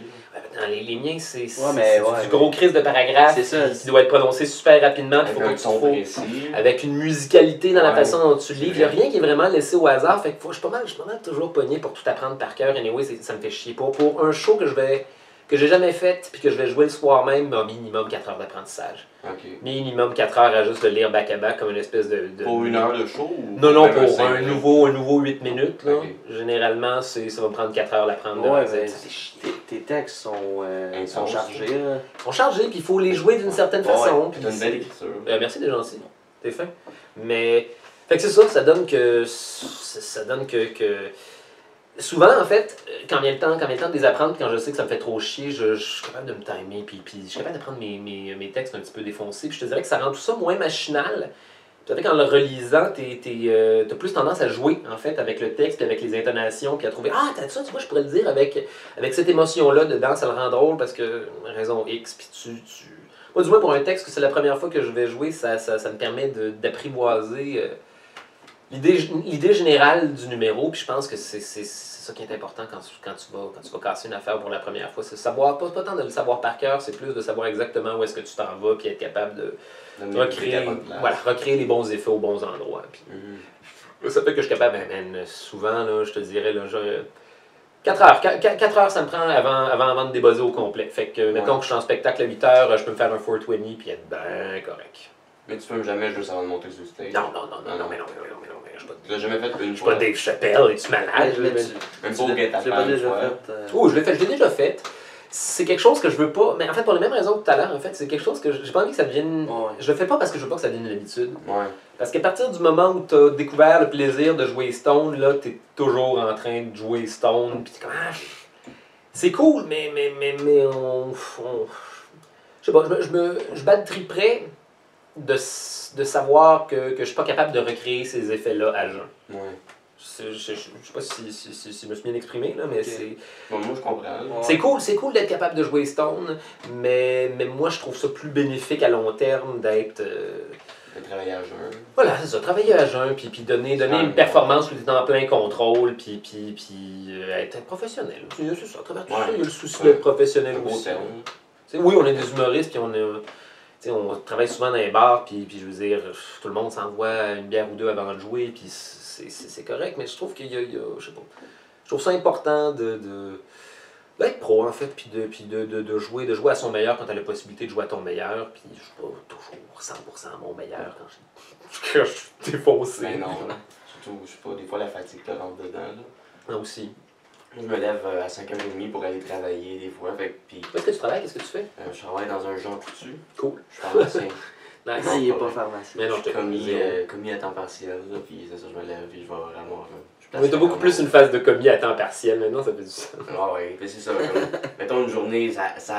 Speaker 1: Dans les, les miens, c'est, c'est,
Speaker 3: Ouais, mais
Speaker 1: c'est
Speaker 3: ouais,
Speaker 1: du
Speaker 3: mais-
Speaker 1: gros crise de paragraphe
Speaker 3: C'est ça,
Speaker 1: qui doit être prononcé super rapidement. puis Ah,
Speaker 2: Avec
Speaker 1: faut pas
Speaker 2: un
Speaker 1: que tu
Speaker 2: son
Speaker 1: trouves-
Speaker 2: précis.
Speaker 1: avec une musicalité dans la
Speaker 2: Ouais,
Speaker 1: façon dont tu
Speaker 2: c'est
Speaker 1: lis. Il n'y a
Speaker 2: vrai.
Speaker 1: rien qui est vraiment laissé au hasard. Fait que faut- je suis pas mal, je suis pas mal toujours pogné pour tout apprendre par cœur. Anyway, c'est- ça me fait chier. Pour, pour un show que je vais que j'ai jamais fait puis que je vais jouer le soir même, un minimum 4 heures d'apprentissage.
Speaker 2: Ok.
Speaker 1: Minimum 4 heures à juste le lire back à back comme une espèce de. de-
Speaker 2: Pour une heure de show ou
Speaker 1: Non, non,
Speaker 2: même
Speaker 1: pour
Speaker 2: cinq
Speaker 1: un
Speaker 2: minutes?
Speaker 1: nouveau, un nouveau 8 minutes. là.
Speaker 2: Ok.
Speaker 1: Généralement, c'est, ça va me prendre 4 heures d'apprendre.
Speaker 3: Ouais,
Speaker 1: de-
Speaker 3: mais
Speaker 1: ça fait chier.
Speaker 3: tes, tes textes sont, euh,
Speaker 2: Intenses.
Speaker 3: sont chargés. là.
Speaker 1: Ils sont chargés puis il faut les jouer d'une certaine
Speaker 3: Ouais,
Speaker 1: façon.
Speaker 2: Puis
Speaker 1: puis
Speaker 2: T'as une
Speaker 1: c'est-
Speaker 2: belle écriture.
Speaker 1: Euh, merci des gentils. T'es fin. Mais. Fait que c'est ça, ça donne que. Ça donne que. que- Souvent, en fait, euh, quand vient le temps, quand vient le temps de les apprendre, quand je sais que ça me fait trop chier, je, je suis capable de me timer, puis, puis je suis capable d'apprendre mes, mes, mes textes un petit peu défoncés, puis je te dirais que ça rend tout ça moins machinal. Puis avec en le relisant, t'es, t'es, euh, t'as plus tendance à jouer, en fait, avec le texte, puis avec les intonations, puis à trouver Ah, t'as ça, tu vois, je pourrais le dire avec, avec cette émotion-là dedans, ça le rend drôle parce que raison X, puis tu, tu, moi, du moins pour un texte, que c'est la première fois que je vais jouer, ça, ça, ça me permet de- d'apprivoiser euh, l'idée g- l'idée générale du numéro. Puis je pense que c'est c'est- c'est ça qui est important quand tu, quand, tu vas, quand tu vas casser une affaire pour la première fois. C'est savoir, pas, pas tant de le savoir par cœur, c'est plus de savoir exactement où est-ce que tu t'en vas, puis être capable de
Speaker 2: De me mettre à
Speaker 1: recréer,
Speaker 2: la bonne place.
Speaker 1: voilà, recréer les bons effets aux bons endroits. Puis
Speaker 2: Mhm.
Speaker 1: ça fait que je suis capable, ben, man, souvent, là, je te dirais, là, 4 heures. 4, heures, ça me prend avant, avant, avant de débosser au complet. Fait que, mettons
Speaker 2: Ouais.
Speaker 1: que je suis en spectacle à 8 heures, je peux me faire un 420 puis être ben correct.
Speaker 2: Mais tu fumes jamais juste avant de monter sur le stage.
Speaker 1: Non, non, non, non, non, mais non, mais non, mais non, mais non, je suis pas-
Speaker 2: Tu l'as jamais fait une
Speaker 1: je suis pas
Speaker 2: fois.
Speaker 1: Dave Chappelle, es-tu malade?
Speaker 3: Mais
Speaker 1: Mais-
Speaker 3: tu-
Speaker 2: Même
Speaker 3: tu
Speaker 2: pas au
Speaker 3: l'as-
Speaker 2: guet-apens,
Speaker 3: tu l'as pas
Speaker 2: une
Speaker 3: déjà
Speaker 2: fois.
Speaker 3: fait. euh,
Speaker 1: Oh, je l'ai fait, je l'ai déjà fait. C'est quelque chose que je veux pas. Mais en fait, pour les mêmes raisons que tout à l'heure, en fait, c'est quelque chose que j'ai pas envie que ça devienne.
Speaker 3: Ouais.
Speaker 1: Je le fais pas parce que je veux pas que ça devienne une habitude.
Speaker 2: Ouais.
Speaker 1: Parce qu'à partir du moment où t'as découvert le plaisir de jouer Stone, là, t'es toujours en train de jouer Stone. Puis t'es comme, ah, je- c'est cool, mais, mais, mais, mais, on. on- je sais pas, je me, je me je battriperais de, s- de savoir que, que je suis pas capable de recréer ces effets-là à jeun.
Speaker 2: Ouais.
Speaker 1: Je, je- je- je sais pas si, si, si- si je me suis bien exprimé, là, mais
Speaker 3: Ok.
Speaker 1: c'est.
Speaker 2: Bon, moi, je comprends.
Speaker 3: ouais.
Speaker 1: C'est cool, c'est cool d'être capable de jouer Stone, mais, mais moi je trouve ça plus bénéfique à long terme d'être. euh,
Speaker 2: Le travailleur.
Speaker 1: voilà, c'est ça, travailler à jeun, puis, puis donner, donner
Speaker 2: Ah, Ouais.
Speaker 1: une performance où tu es en plein contrôle, puis, puis, puis euh, être professionnel. C'est c'est ça, à travers tout
Speaker 2: Ouais.
Speaker 1: ça, il y a le souci
Speaker 2: Ouais.
Speaker 1: d'être professionnel
Speaker 2: Un beau
Speaker 1: aussi.
Speaker 2: terme.
Speaker 1: Tu sais, oui, on est des humoristes, puis on, est, tu sais, on travaille souvent dans les bars, puis, puis je veux dire, tout le monde s'envoie une bière ou deux avant de jouer, puis c'est- c'est c'est correct, mais je trouve qu'il y a, il y a- je sais pas, je trouve ça important de... de- d'être pro en fait, puis, de, puis de, de, de jouer, de jouer à son meilleur quand tu as la possibilité de jouer à ton meilleur, puis je suis pas toujours 100% à mon meilleur quand je, <laughs> quand je suis défoncé.
Speaker 2: Mais Ben non. là. Surtout, je sais pas, des fois, la fatigue te rentre dedans. Là.
Speaker 1: Moi aussi.
Speaker 2: Je me lève euh, à 5h30 pour aller travailler des fois. Fait que, puis,
Speaker 1: Où est-ce que tu travailles? Qu'est-ce que tu fais?
Speaker 2: euh, je travaille dans un Jean Coutu.
Speaker 1: Cool.
Speaker 2: Je
Speaker 1: <laughs>
Speaker 2: suis pharmacien.
Speaker 1: Nice.
Speaker 3: Non, Ah, il est pas pharmacien.
Speaker 1: Mais non,
Speaker 2: Ben, je
Speaker 1: je te
Speaker 2: suis commis, euh, commis à temps partiel. là, Puis c'est ça, je me lève puis je vais avoir. euh, je place
Speaker 1: Mais t'as
Speaker 2: la
Speaker 1: beaucoup
Speaker 2: commande.
Speaker 1: plus une phase de commis à temps partiel maintenant, ça fait du sens.
Speaker 2: Ah oui, mais c'est ça. comme, <laughs> mettons une journée, ça, ça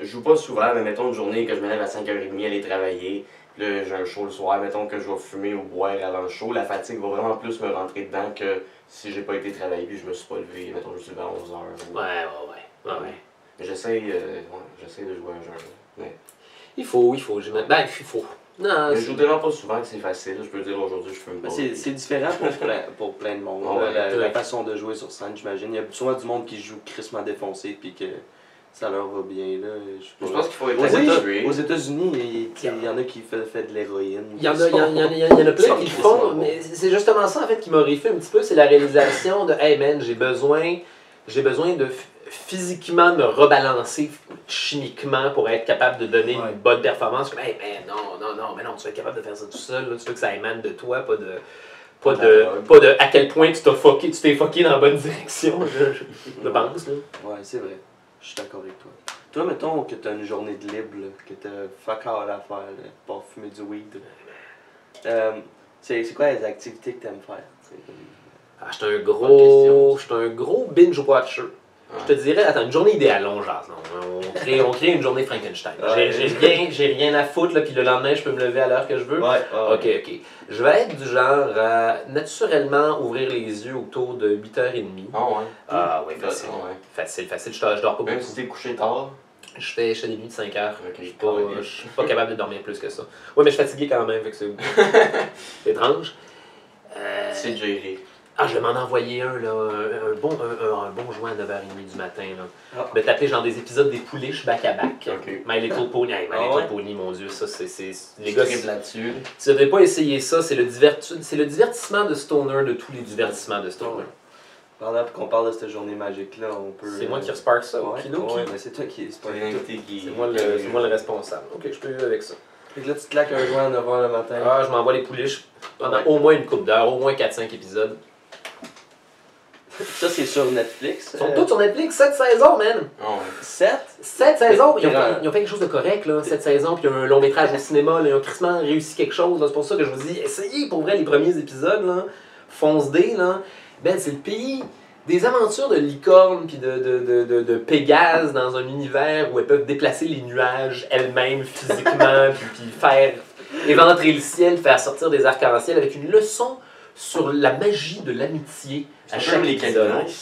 Speaker 2: je joue pas souvent, mais mettons une journée que je me lève à 5h30 aller travailler, puis là j'ai un show le soir, mettons que je vais fumer ou boire avant le show, la fatigue va vraiment plus me rentrer dedans que si j'ai pas été travailler puis je me suis pas levé, mettons je me suis levé à 11h.
Speaker 1: Ouais, ouais, ouais. ouais, ouais.
Speaker 2: J'essaie euh, ouais, j'essaie de jouer à un jeu. Mais,
Speaker 1: Il faut, il faut. j'ai même- Ben, il faut. Non,
Speaker 2: mais
Speaker 1: c'est-
Speaker 2: je joue tellement pas souvent que c'est facile, je peux dire aujourd'hui je fume pas.
Speaker 3: Mais c'est c'est différent pour plein, pour plein de monde.
Speaker 2: Ah Ouais,
Speaker 3: la, la
Speaker 1: ouais.
Speaker 3: façon de jouer sur scène, j'imagine. Il y a souvent du monde qui joue crissement défoncé puis que ça leur va bien. Là. Je sais
Speaker 2: Je
Speaker 3: pas.
Speaker 2: pense qu'il faut être
Speaker 3: Aux États-
Speaker 2: habitué.
Speaker 3: aux États-Unis, il, il y en a qui fait, fait de l'héroïne.
Speaker 1: Il y en a, il y en a, il y en a- il y en a
Speaker 2: Ils sont
Speaker 1: plein qui le font,
Speaker 2: tristement
Speaker 1: mais c'est justement ça en fait qui m'a horrifié un petit peu, c'est la réalisation de Hey man, j'ai besoin, j'ai besoin de ph- physiquement me rebalancer chimiquement pour être capable de donner
Speaker 3: Ouais.
Speaker 1: une bonne performance. Comme, hey man, non, non, non, mais non, tu vas être capable de faire ça tout seul, là. tu veux que ça émane de toi, pas de. Pas
Speaker 2: Pas de
Speaker 1: de,
Speaker 2: la drogue.
Speaker 1: pas de à quel point tu t'es fucké, tu t'es fucké dans la bonne <laughs> direction, je, je- je pense. Là.
Speaker 3: Ouais, c'est vrai. Je suis d'accord avec toi. Toi, mettons que t'as une journée de libre, là, que t'as fuck all à faire, là, pour fumer du weed. Euh, c'est c'est quoi les activités que t'aimes faire? tu sais, comme-
Speaker 1: Ah, j'étais un
Speaker 3: question,
Speaker 1: gros, j'étais un gros binge watcher. Je te dirais, attends, une journée idéale, on jase. non, on- On crée, on crée une journée Frankenstein. J'ai- J'ai rien, j'ai rien à foutre, là, puis le lendemain, je peux me lever à l'heure que je veux.
Speaker 3: Ouais, ouais.
Speaker 1: Ok, ok. Je vais être du genre à naturellement ouvrir les yeux autour de 8h30.
Speaker 2: Ah ouais.
Speaker 1: Ah ouais,
Speaker 2: Ouais,
Speaker 1: facile.
Speaker 2: ouais.
Speaker 1: Facile, facile. Je dors, je dors pas
Speaker 2: Même
Speaker 1: beaucoup.
Speaker 2: si t'es couché tard,
Speaker 1: Je fais, je fais des nuits de 5h.
Speaker 2: Ok,
Speaker 1: je suis pas, euh,
Speaker 2: ouais.
Speaker 1: je suis pas capable de dormir plus que ça. Ouais, mais je suis fatigué quand même, fait que c'est c'est étrange. Euh,
Speaker 2: c'est géré.
Speaker 1: ah, je vais m'en envoyer un, là, un, un bon, un, un- un bon joint à 9h30 du matin. Là.
Speaker 3: Ah.
Speaker 1: Je vais taper genre des épisodes des poulets, je suis back à back.
Speaker 2: Ok.
Speaker 1: My
Speaker 3: <laughs>
Speaker 1: Little Pony, hey, My
Speaker 3: Ah
Speaker 1: Little
Speaker 3: ouais?
Speaker 1: Pony, mon dieu, ça c'est. c'est- Les
Speaker 2: Tu
Speaker 1: gars,
Speaker 2: tripes
Speaker 1: si
Speaker 2: là-dessus.
Speaker 1: si vous n'avez pas essayé ça, c'est le, divertu- c'est le divertissement de Stoner de tous les divertissements de Stoner.
Speaker 3: Pendant qu'on parle de cette journée magique-là, on peut.
Speaker 1: C'est moi qui respark ça, au
Speaker 3: euh, Ouais,
Speaker 1: Kino, qui-
Speaker 3: ouais, mais c'est toi qui. C'est pas
Speaker 2: C'est l'invité qui.
Speaker 1: C'est moi, le, c'est moi le responsable. Ok, je peux vivre avec ça.
Speaker 3: Fait que là, tu te claques un joint à 9h le matin.
Speaker 1: Ah, je m'envoie les pouliches pendant
Speaker 3: Ouais.
Speaker 1: au moins une coupe d'heure, au moins 4-5 épisodes.
Speaker 3: Ça, c'est sur Netflix. Euh,
Speaker 1: Ils sont tous sur Netflix, 7 saisons, man!
Speaker 2: Ah ouais.
Speaker 3: 7
Speaker 1: Cette saison,
Speaker 3: Mais-
Speaker 1: ils ont, fait,
Speaker 3: mais-
Speaker 1: ils ont fait quelque chose de correct, là, cette saison, puis il y a un long métrage au cinéma, là, ils ont crissement réussi quelque chose. là. C'est pour ça que je vous dis, essayez pour vrai les premiers épisodes, là. Foncedé, là. Ben, c'est le pays des aventures de licorne puis de, de, de, de, de Pégase dans un univers où elles peuvent déplacer les nuages elles-mêmes physiquement, <laughs> puis, puis faire éventrer le ciel, faire sortir des arcs-en-ciel avec une leçon sur la magie de l'amitié
Speaker 2: C'est
Speaker 1: à
Speaker 2: un peu
Speaker 1: chaque
Speaker 2: comme les
Speaker 1: épisode.
Speaker 2: Cadillacs.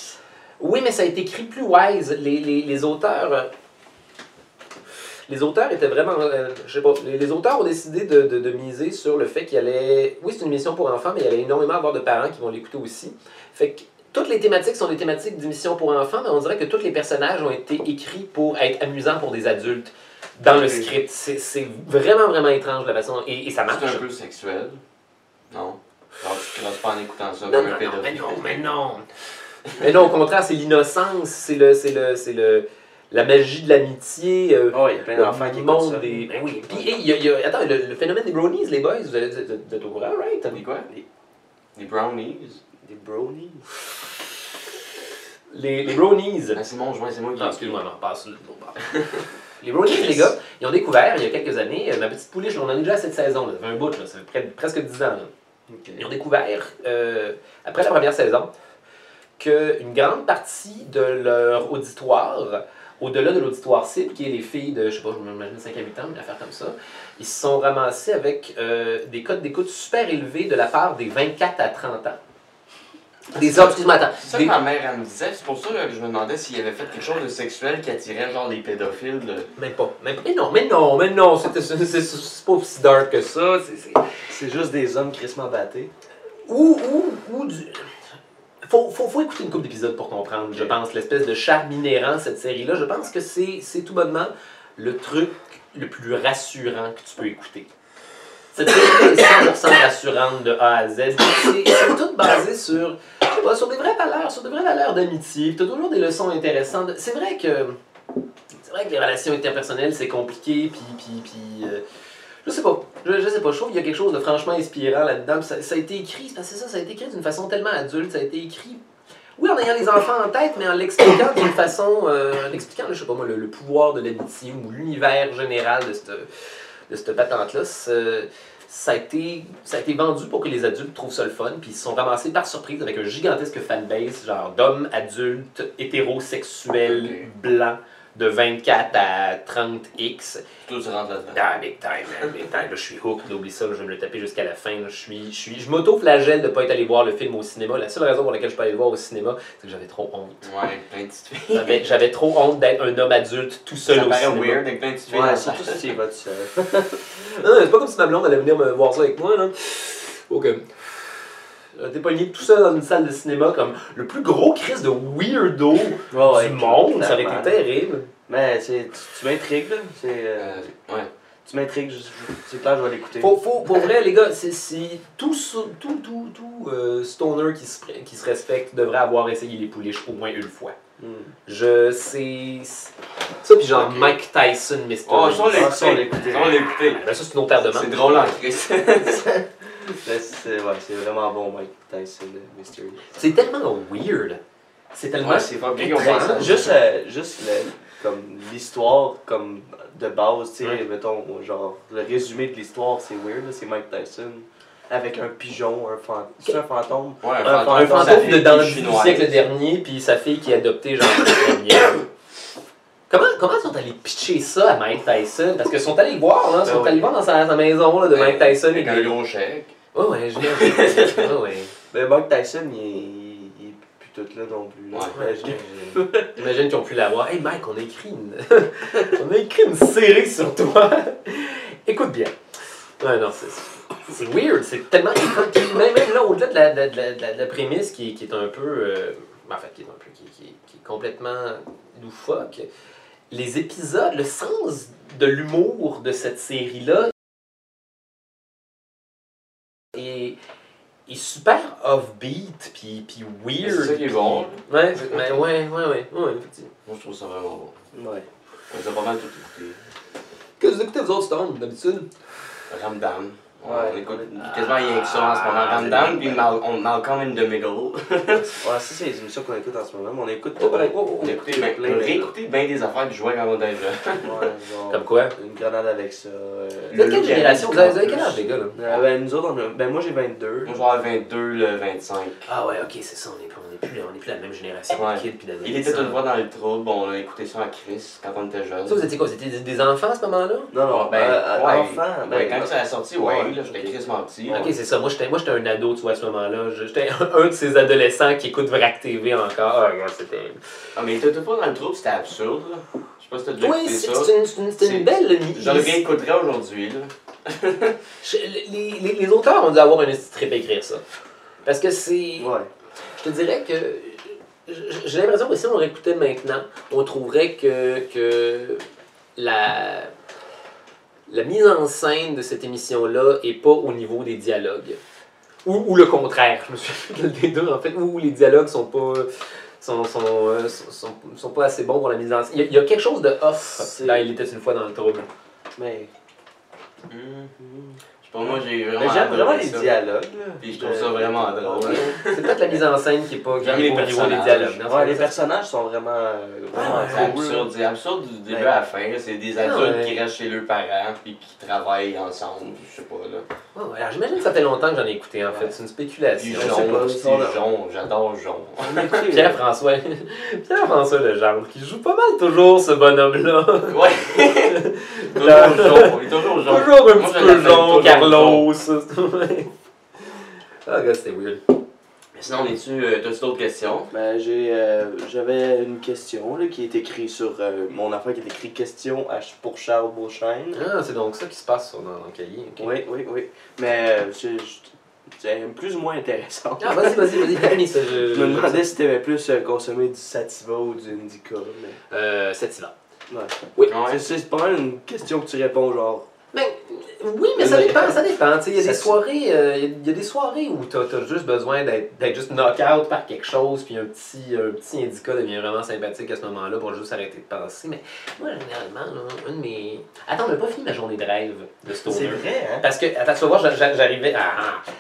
Speaker 1: Oui, mais ça a été écrit plus wise. Les, les, les auteurs. euh, Les auteurs étaient vraiment. euh, je sais pas. Les, les auteurs ont décidé de, de, de miser sur le fait qu'il allait. Oui, c'est une émission pour enfants, mais il allait énormément avoir de parents qui vont l'écouter aussi. Fait que toutes les thématiques sont des thématiques d'émissions pour enfants, mais on dirait que tous les personnages ont été écrits pour être amusants pour des adultes dans le
Speaker 2: Ok.
Speaker 1: script. C'est c'est vraiment, vraiment étrange la façon. Et, et ça marche.
Speaker 2: C'est un peu sexuel. Non. Alors, tu crosses pas en écoutant ça
Speaker 1: Non, non,
Speaker 2: comme un
Speaker 1: non, mais
Speaker 2: pédophile.
Speaker 1: non, mais non. mais non, au contraire, c'est l'innocence, c'est le, c'est le, c'est le, la magie de l'amitié. euh,
Speaker 3: Oh, il y a plein
Speaker 1: le
Speaker 3: d'enfants qui écoutent
Speaker 1: monde
Speaker 3: ça.
Speaker 1: des. Ben oui. Puis, hey, il y a- il y a- attends, le, le phénomène des brownies, les boys, vous êtes, vous êtes- vous êtes au courant, right? T'as dit quoi?
Speaker 2: Des brownies.
Speaker 3: Des brownies.
Speaker 1: Les, les brownies.
Speaker 2: Ah, c'est mon joint, c'est moi qui
Speaker 1: Ah, excuse-moi, non, passe sur le bon bord. Les brownies, les gars, ils ont découvert il y a quelques années, euh, ma petite pouliche, on en est déjà à cette saison, là, ça fait un bout, là, ça fait près- presque 10 ans. là.
Speaker 3: Ok.
Speaker 1: Ils ont découvert, euh, après la première saison, qu'une grande partie de leur auditoire, au-delà de l'auditoire cible, qui est les filles de, je sais pas, je m'imagine 5 à 8 ans, une affaire comme ça, ils se sont ramassés avec euh, des codes d'écoute super élevés de la part des 24 à 30 ans. Des hommes, excuse-moi, attends.
Speaker 2: C'est ça que
Speaker 1: des-
Speaker 2: ma mère, elle me disait. C'est pour ça là, que je me demandais s'il avait fait quelque chose de sexuel qui attirait genre les pédophiles. là.
Speaker 1: Même pas. Même pas. Mais non, mais non, mais non, c'est c'est- c'est- c'est pas aussi dark que ça. c'est- c'est-
Speaker 3: C'est juste des hommes crissement battés.
Speaker 1: Ou, ou, ou du. Faut, faut, faut écouter une couple d'épisodes pour comprendre, je pense, l'espèce de charme inhérent, cette série-là. Je pense que c'est c'est tout bonnement le truc le plus rassurant que tu peux écouter. Cette série est 100% rassurante de A à Z. C'est c'est tout basé sur, je sais pas, sur des vraies valeurs, sur des vraies valeurs d'amitié. Puis T'as toujours des leçons intéressantes. C'est vrai que c'est vrai que les relations interpersonnelles c'est compliqué. Puis puis puis euh, je sais pas, je, je sais pas. Je trouve qu'il y a quelque chose de franchement inspirant là-dedans. puis Ça, ça a été écrit, c'est parce que c'est ça, ça a été écrit d'une façon tellement adulte. Ça a été écrit. Oui, en ayant les enfants en tête, mais en l'expliquant d'une façon, euh, en expliquant, je sais pas moi, le, le pouvoir de l'amitié ou l'univers général de cette, de cette patente-là, c'est- ça a, été, ça a été vendu pour que les adultes trouvent ça le fun, puis ils se sont ramassés par surprise avec un gigantesque fanbase, genre d'hommes adultes, hétérosexuels, blancs, de 24 à 30X.
Speaker 2: Tout se rentre là-dedans.
Speaker 1: Ah, big time, man, big time. Là, je suis hook, oublie ça, là, je vais me le taper jusqu'à la fin. là. Je suis, je suis, je m'auto-flagelle de ne pas être allé voir le film au cinéma. La seule raison pour laquelle je suis pas allé le voir au cinéma, c'est que j'avais trop honte.
Speaker 2: Ouais, plein de petites filles. <laughs>
Speaker 1: J'avais, j'avais trop honte d'être un homme adulte tout seul
Speaker 2: ça
Speaker 1: au
Speaker 2: paraît
Speaker 1: cinéma.
Speaker 2: weird avec plein de petites filles.
Speaker 3: Ouais,
Speaker 2: dans
Speaker 3: surtout
Speaker 2: ça.
Speaker 3: si tu y vas tout
Speaker 1: <laughs>
Speaker 3: seul.
Speaker 1: Non, non, c'est pas comme si ma blonde allait venir me voir ça avec moi, là. Ok. Euh, T'es pogné tout seul dans une salle de cinéma comme le plus gros crise de weirdo
Speaker 3: Ouais,
Speaker 2: Oh,
Speaker 3: ouais,
Speaker 1: du monde. Ça aurait
Speaker 3: clairement.
Speaker 1: été terrible.
Speaker 3: Mais c'est- tu, tu m'intrigues, là. C'est, euh,
Speaker 2: Euh, ouais.
Speaker 3: tu m'intrigues, je- je- c'est clair, je vais l'écouter.
Speaker 1: Faut, faut, pour vrai, les gars, c'est, c'est- tout, so- tout, tout, tout euh, stoner qui se, pr- qui se respecte devrait avoir essayé les pouliches au moins une fois.
Speaker 3: Hmm.
Speaker 1: Je sais. Ça, puis genre
Speaker 2: Ok.
Speaker 1: Mike Tyson, Mr.
Speaker 2: Oh,
Speaker 1: Beast.
Speaker 2: ça on l'a
Speaker 3: Ah, ça, on l'a
Speaker 2: écouté.
Speaker 3: écouté.
Speaker 2: Ça on l'a écouté.
Speaker 1: Ah, ben ça, c'est une autre paire de
Speaker 2: C'est
Speaker 1: manches.
Speaker 2: drôle en Christ.
Speaker 3: Mais c'est, ouais, c'est vraiment bon, Mike Tyson, le Mystery.
Speaker 1: C'est tellement weird. C'est tellement.
Speaker 2: Ouais, c'est pas bien qu'on
Speaker 1: Ouais,
Speaker 2: pense.
Speaker 1: ça,
Speaker 2: à-
Speaker 3: Juste, euh, juste le- comme l'histoire comme de base, tu sais,
Speaker 1: Ouais.
Speaker 3: mettons, genre, le résumé de l'histoire, c'est weird, là, c'est Mike Tyson. Avec un pigeon, un fantôme. C'est un fantôme?
Speaker 2: Ouais,
Speaker 3: Un
Speaker 2: un
Speaker 1: un
Speaker 3: fantôme
Speaker 2: fantôme
Speaker 1: fantôme de dans le
Speaker 2: chinoise.
Speaker 1: siècle dernier, puis sa fille qui a adopté genre le premier. Comment, comment ils sont allés pitcher ça à Mike Tyson? Parce qu'ils sont allés le voir, hein, ils
Speaker 3: Ben
Speaker 1: sont
Speaker 3: oui.
Speaker 1: allés voir dans sa, sa maison là, de
Speaker 2: Ben,
Speaker 1: Mike Tyson.
Speaker 2: Avec
Speaker 1: et
Speaker 2: un
Speaker 1: des-
Speaker 2: gros chèque.
Speaker 1: Ouais, ouais, je l'ai.
Speaker 2: <laughs>
Speaker 1: Ouais, ouais.
Speaker 3: Mais Mike Tyson, il est, il, il est plus tout là non plus. là.
Speaker 2: Ouais.
Speaker 3: Ouais, ben, je-
Speaker 1: <laughs> J'imagine qu'ils ont pu l'avoir. Hey Mike, on a écrit une... <laughs> on a écrit une série sur toi. <laughs> Écoute bien. Ouais, non, c'est... C'est weird, c'est tellement... <coughs> même, même là, au-delà de la, de la- de la- de la- de la prémisse qui, est- qui est un peu... euh, En fait, qui est un peu... Qui, qui- qui est complètement loufoque. Les épisodes, le sens de l'humour de cette série-là est, est super offbeat, puis puis weird.
Speaker 2: C'est ça qui est
Speaker 1: puis-
Speaker 2: bon.
Speaker 1: Ouais, mais ouais, ouais, ouais, ouais, effectivement.
Speaker 2: Moi, je trouve ça vraiment bon.
Speaker 3: ouais.
Speaker 2: On les a pas mal tout écouté.
Speaker 1: Que vous écoutez, vous autres, Stone, d'habitude
Speaker 2: Ramdam. On,
Speaker 3: Ouais.
Speaker 2: on écoute quasiment rien que ça en ce moment.
Speaker 1: Ah,
Speaker 2: Ramdam,
Speaker 1: c'est
Speaker 2: puis
Speaker 1: bien.
Speaker 2: Mal on Malcolm in the Middle.
Speaker 3: Ouais, ça, c'est les émissions qu'on écoute en ce moment. mais On écoute
Speaker 1: Oh, ben, oh, oh.
Speaker 2: On a écouté, ben, on a réécouté bien des affaires que je jouais quand on était jeune.
Speaker 3: Ouais, genre,
Speaker 1: Comme quoi
Speaker 3: Une grenade avec ça. euh,
Speaker 1: Vous êtes
Speaker 2: Le
Speaker 1: quelle génération Vous
Speaker 2: Lucas
Speaker 1: avez, vous avez quel
Speaker 2: Campus.
Speaker 1: âge, les gars, là
Speaker 3: euh, ben, nous autres, on a- ben, moi j'ai 22.
Speaker 2: Moi, je vais avoir 22, le 25.
Speaker 1: Ah ouais, ok, c'est ça, on est, plus- on est plus, on est plus la même génération
Speaker 2: Ouais.
Speaker 1: de kids puis
Speaker 2: Il était une fois dans le trouble, on a écouté ça en Chris quand on était jeune.
Speaker 1: Ça, vous étiez quoi Vous étiez des, des enfants à ce moment-là
Speaker 3: Non, non,
Speaker 2: ben,
Speaker 3: euh,
Speaker 2: ouais.
Speaker 3: enfant.
Speaker 2: Ouais,
Speaker 3: Ben,
Speaker 2: quand ça a sorti, ouais,
Speaker 3: ouais,
Speaker 2: là, j'étais
Speaker 3: ok.
Speaker 2: Chris menti.
Speaker 1: Ok, c'est ça. Moi, j'étais moi, j'étais un ado, tu vois, à ce moment-là. Je- J'étais un, un de ces adolescents qui écoute Vrac TV encore. Ah, regarde, c'était.
Speaker 2: Ah, mais t'étais pas dans le trouble, c'était absurde, là. Je sais pas si t'as déjà
Speaker 1: Oui,
Speaker 2: écouté
Speaker 1: c'est
Speaker 2: ça.
Speaker 1: c'est une, c'est une- c'est une
Speaker 2: C'est-
Speaker 1: belle. une-
Speaker 2: Je le réécouterai aujourd'hui, là.
Speaker 1: Je- les, les, les auteurs ont dû avoir un petit trip à écrire ça. Parce que c'est.
Speaker 3: Ouais.
Speaker 1: Je te dirais que j- j'ai l'impression que si on réécoutait maintenant, on trouverait que, que la, la mise en scène de cette émission-là est pas au niveau des dialogues. Ou, ou le contraire, je me souviens des deux, en fait, où les dialogues sont pas. Sont, sont, euh, sont, sont, sont pas assez bons pour la mise en scène. Il y a- il y, a quelque chose de off
Speaker 3: C'est-
Speaker 1: Ah, là, il était une fois dans le trouble.
Speaker 3: Mais,
Speaker 2: Je pense moi j'ai
Speaker 3: mais
Speaker 2: vraiment.
Speaker 3: j'aime
Speaker 2: adoré
Speaker 3: vraiment les
Speaker 2: ça.
Speaker 3: dialogues. Là, Euh,
Speaker 2: Puis je trouve ça vraiment drôle.
Speaker 1: C'est peut-être la mise en scène qui est pas qui est
Speaker 2: J'aime
Speaker 1: pas
Speaker 2: les
Speaker 1: au niveau des
Speaker 2: personnages.
Speaker 1: dialogues. Dans ce
Speaker 3: Ouais, les
Speaker 1: cas-là,
Speaker 3: personnages sont vraiment. euh, vraiment
Speaker 2: Ah, C'est
Speaker 3: cool.
Speaker 2: absurde, c'est absurde du début
Speaker 3: Ouais.
Speaker 2: à la fin. là. C'est des
Speaker 1: Ah,
Speaker 2: adultes
Speaker 1: ouais.
Speaker 2: qui restent chez leurs parents puis qui travaillent ensemble, je sais pas là.
Speaker 1: Ouais, ouais, alors j'imagine que ça fait longtemps que j'en ai écouté en fait.
Speaker 2: Ouais.
Speaker 1: C'est une
Speaker 2: Puis
Speaker 1: spéculation.
Speaker 3: je sais pas,
Speaker 2: Jon,
Speaker 3: c'est
Speaker 2: c'est
Speaker 3: ça, là.
Speaker 2: Jon, j'adore
Speaker 1: <laughs>
Speaker 2: Jon.
Speaker 3: On écrit, là.
Speaker 1: Pierre-François. Pierre-François Legendre, qui joue pas mal toujours ce bonhomme-là.
Speaker 2: Ouais! <laughs>
Speaker 1: Là.
Speaker 2: toujours Jon, il est toujours Jon.
Speaker 1: Toujours un
Speaker 2: Moi, je
Speaker 1: petit peu
Speaker 2: l'appelle
Speaker 1: Jean,
Speaker 2: toujours
Speaker 1: Carlos. ouais. Ah, gars, c'était weird.
Speaker 2: Mais sinon, on est-tu. euh, T'as-tu d'autres questions?
Speaker 3: Ben, j'ai, euh, j'avais une question là, qui est écrite sur euh, mon affaire qui est écrite question à- pour Charles Beauchesne.
Speaker 1: Ah, c'est donc ça qui se passe sur- dans, dans le cahier. ok.
Speaker 3: Oui, oui, oui. Mais euh, c'est- c'est plus ou moins intéressant.
Speaker 1: Ah, vas-y, vas-y, vas-y, finis ça.
Speaker 3: Je
Speaker 1: Je,
Speaker 3: me demandais si t'avais plus euh, consommé du sativa ou du indica. Mais...
Speaker 1: Euh, cet hiver.
Speaker 3: Ouais.
Speaker 2: Ouais.
Speaker 3: C'est, c'est- c'est pas mal une question que tu réponds genre.
Speaker 1: Ben, oui, mais ça dépend, ça dépend. Tu sais, Il y, a des soirées, euh, il y a- il y a des soirées où tu as, juste besoin d'être d'être juste knock-out par quelque chose, puis un petit, un petit indica devient vraiment sympathique à ce moment-là pour juste arrêter de penser. Mais moi, généralement, là, un de mes. Attends, on n'a pas fini ma journée de rêve de Stoner.
Speaker 3: vrai, hein?
Speaker 1: Parce que, attends, tu vas voir, j'a- j'a- j'arrivais à. ah.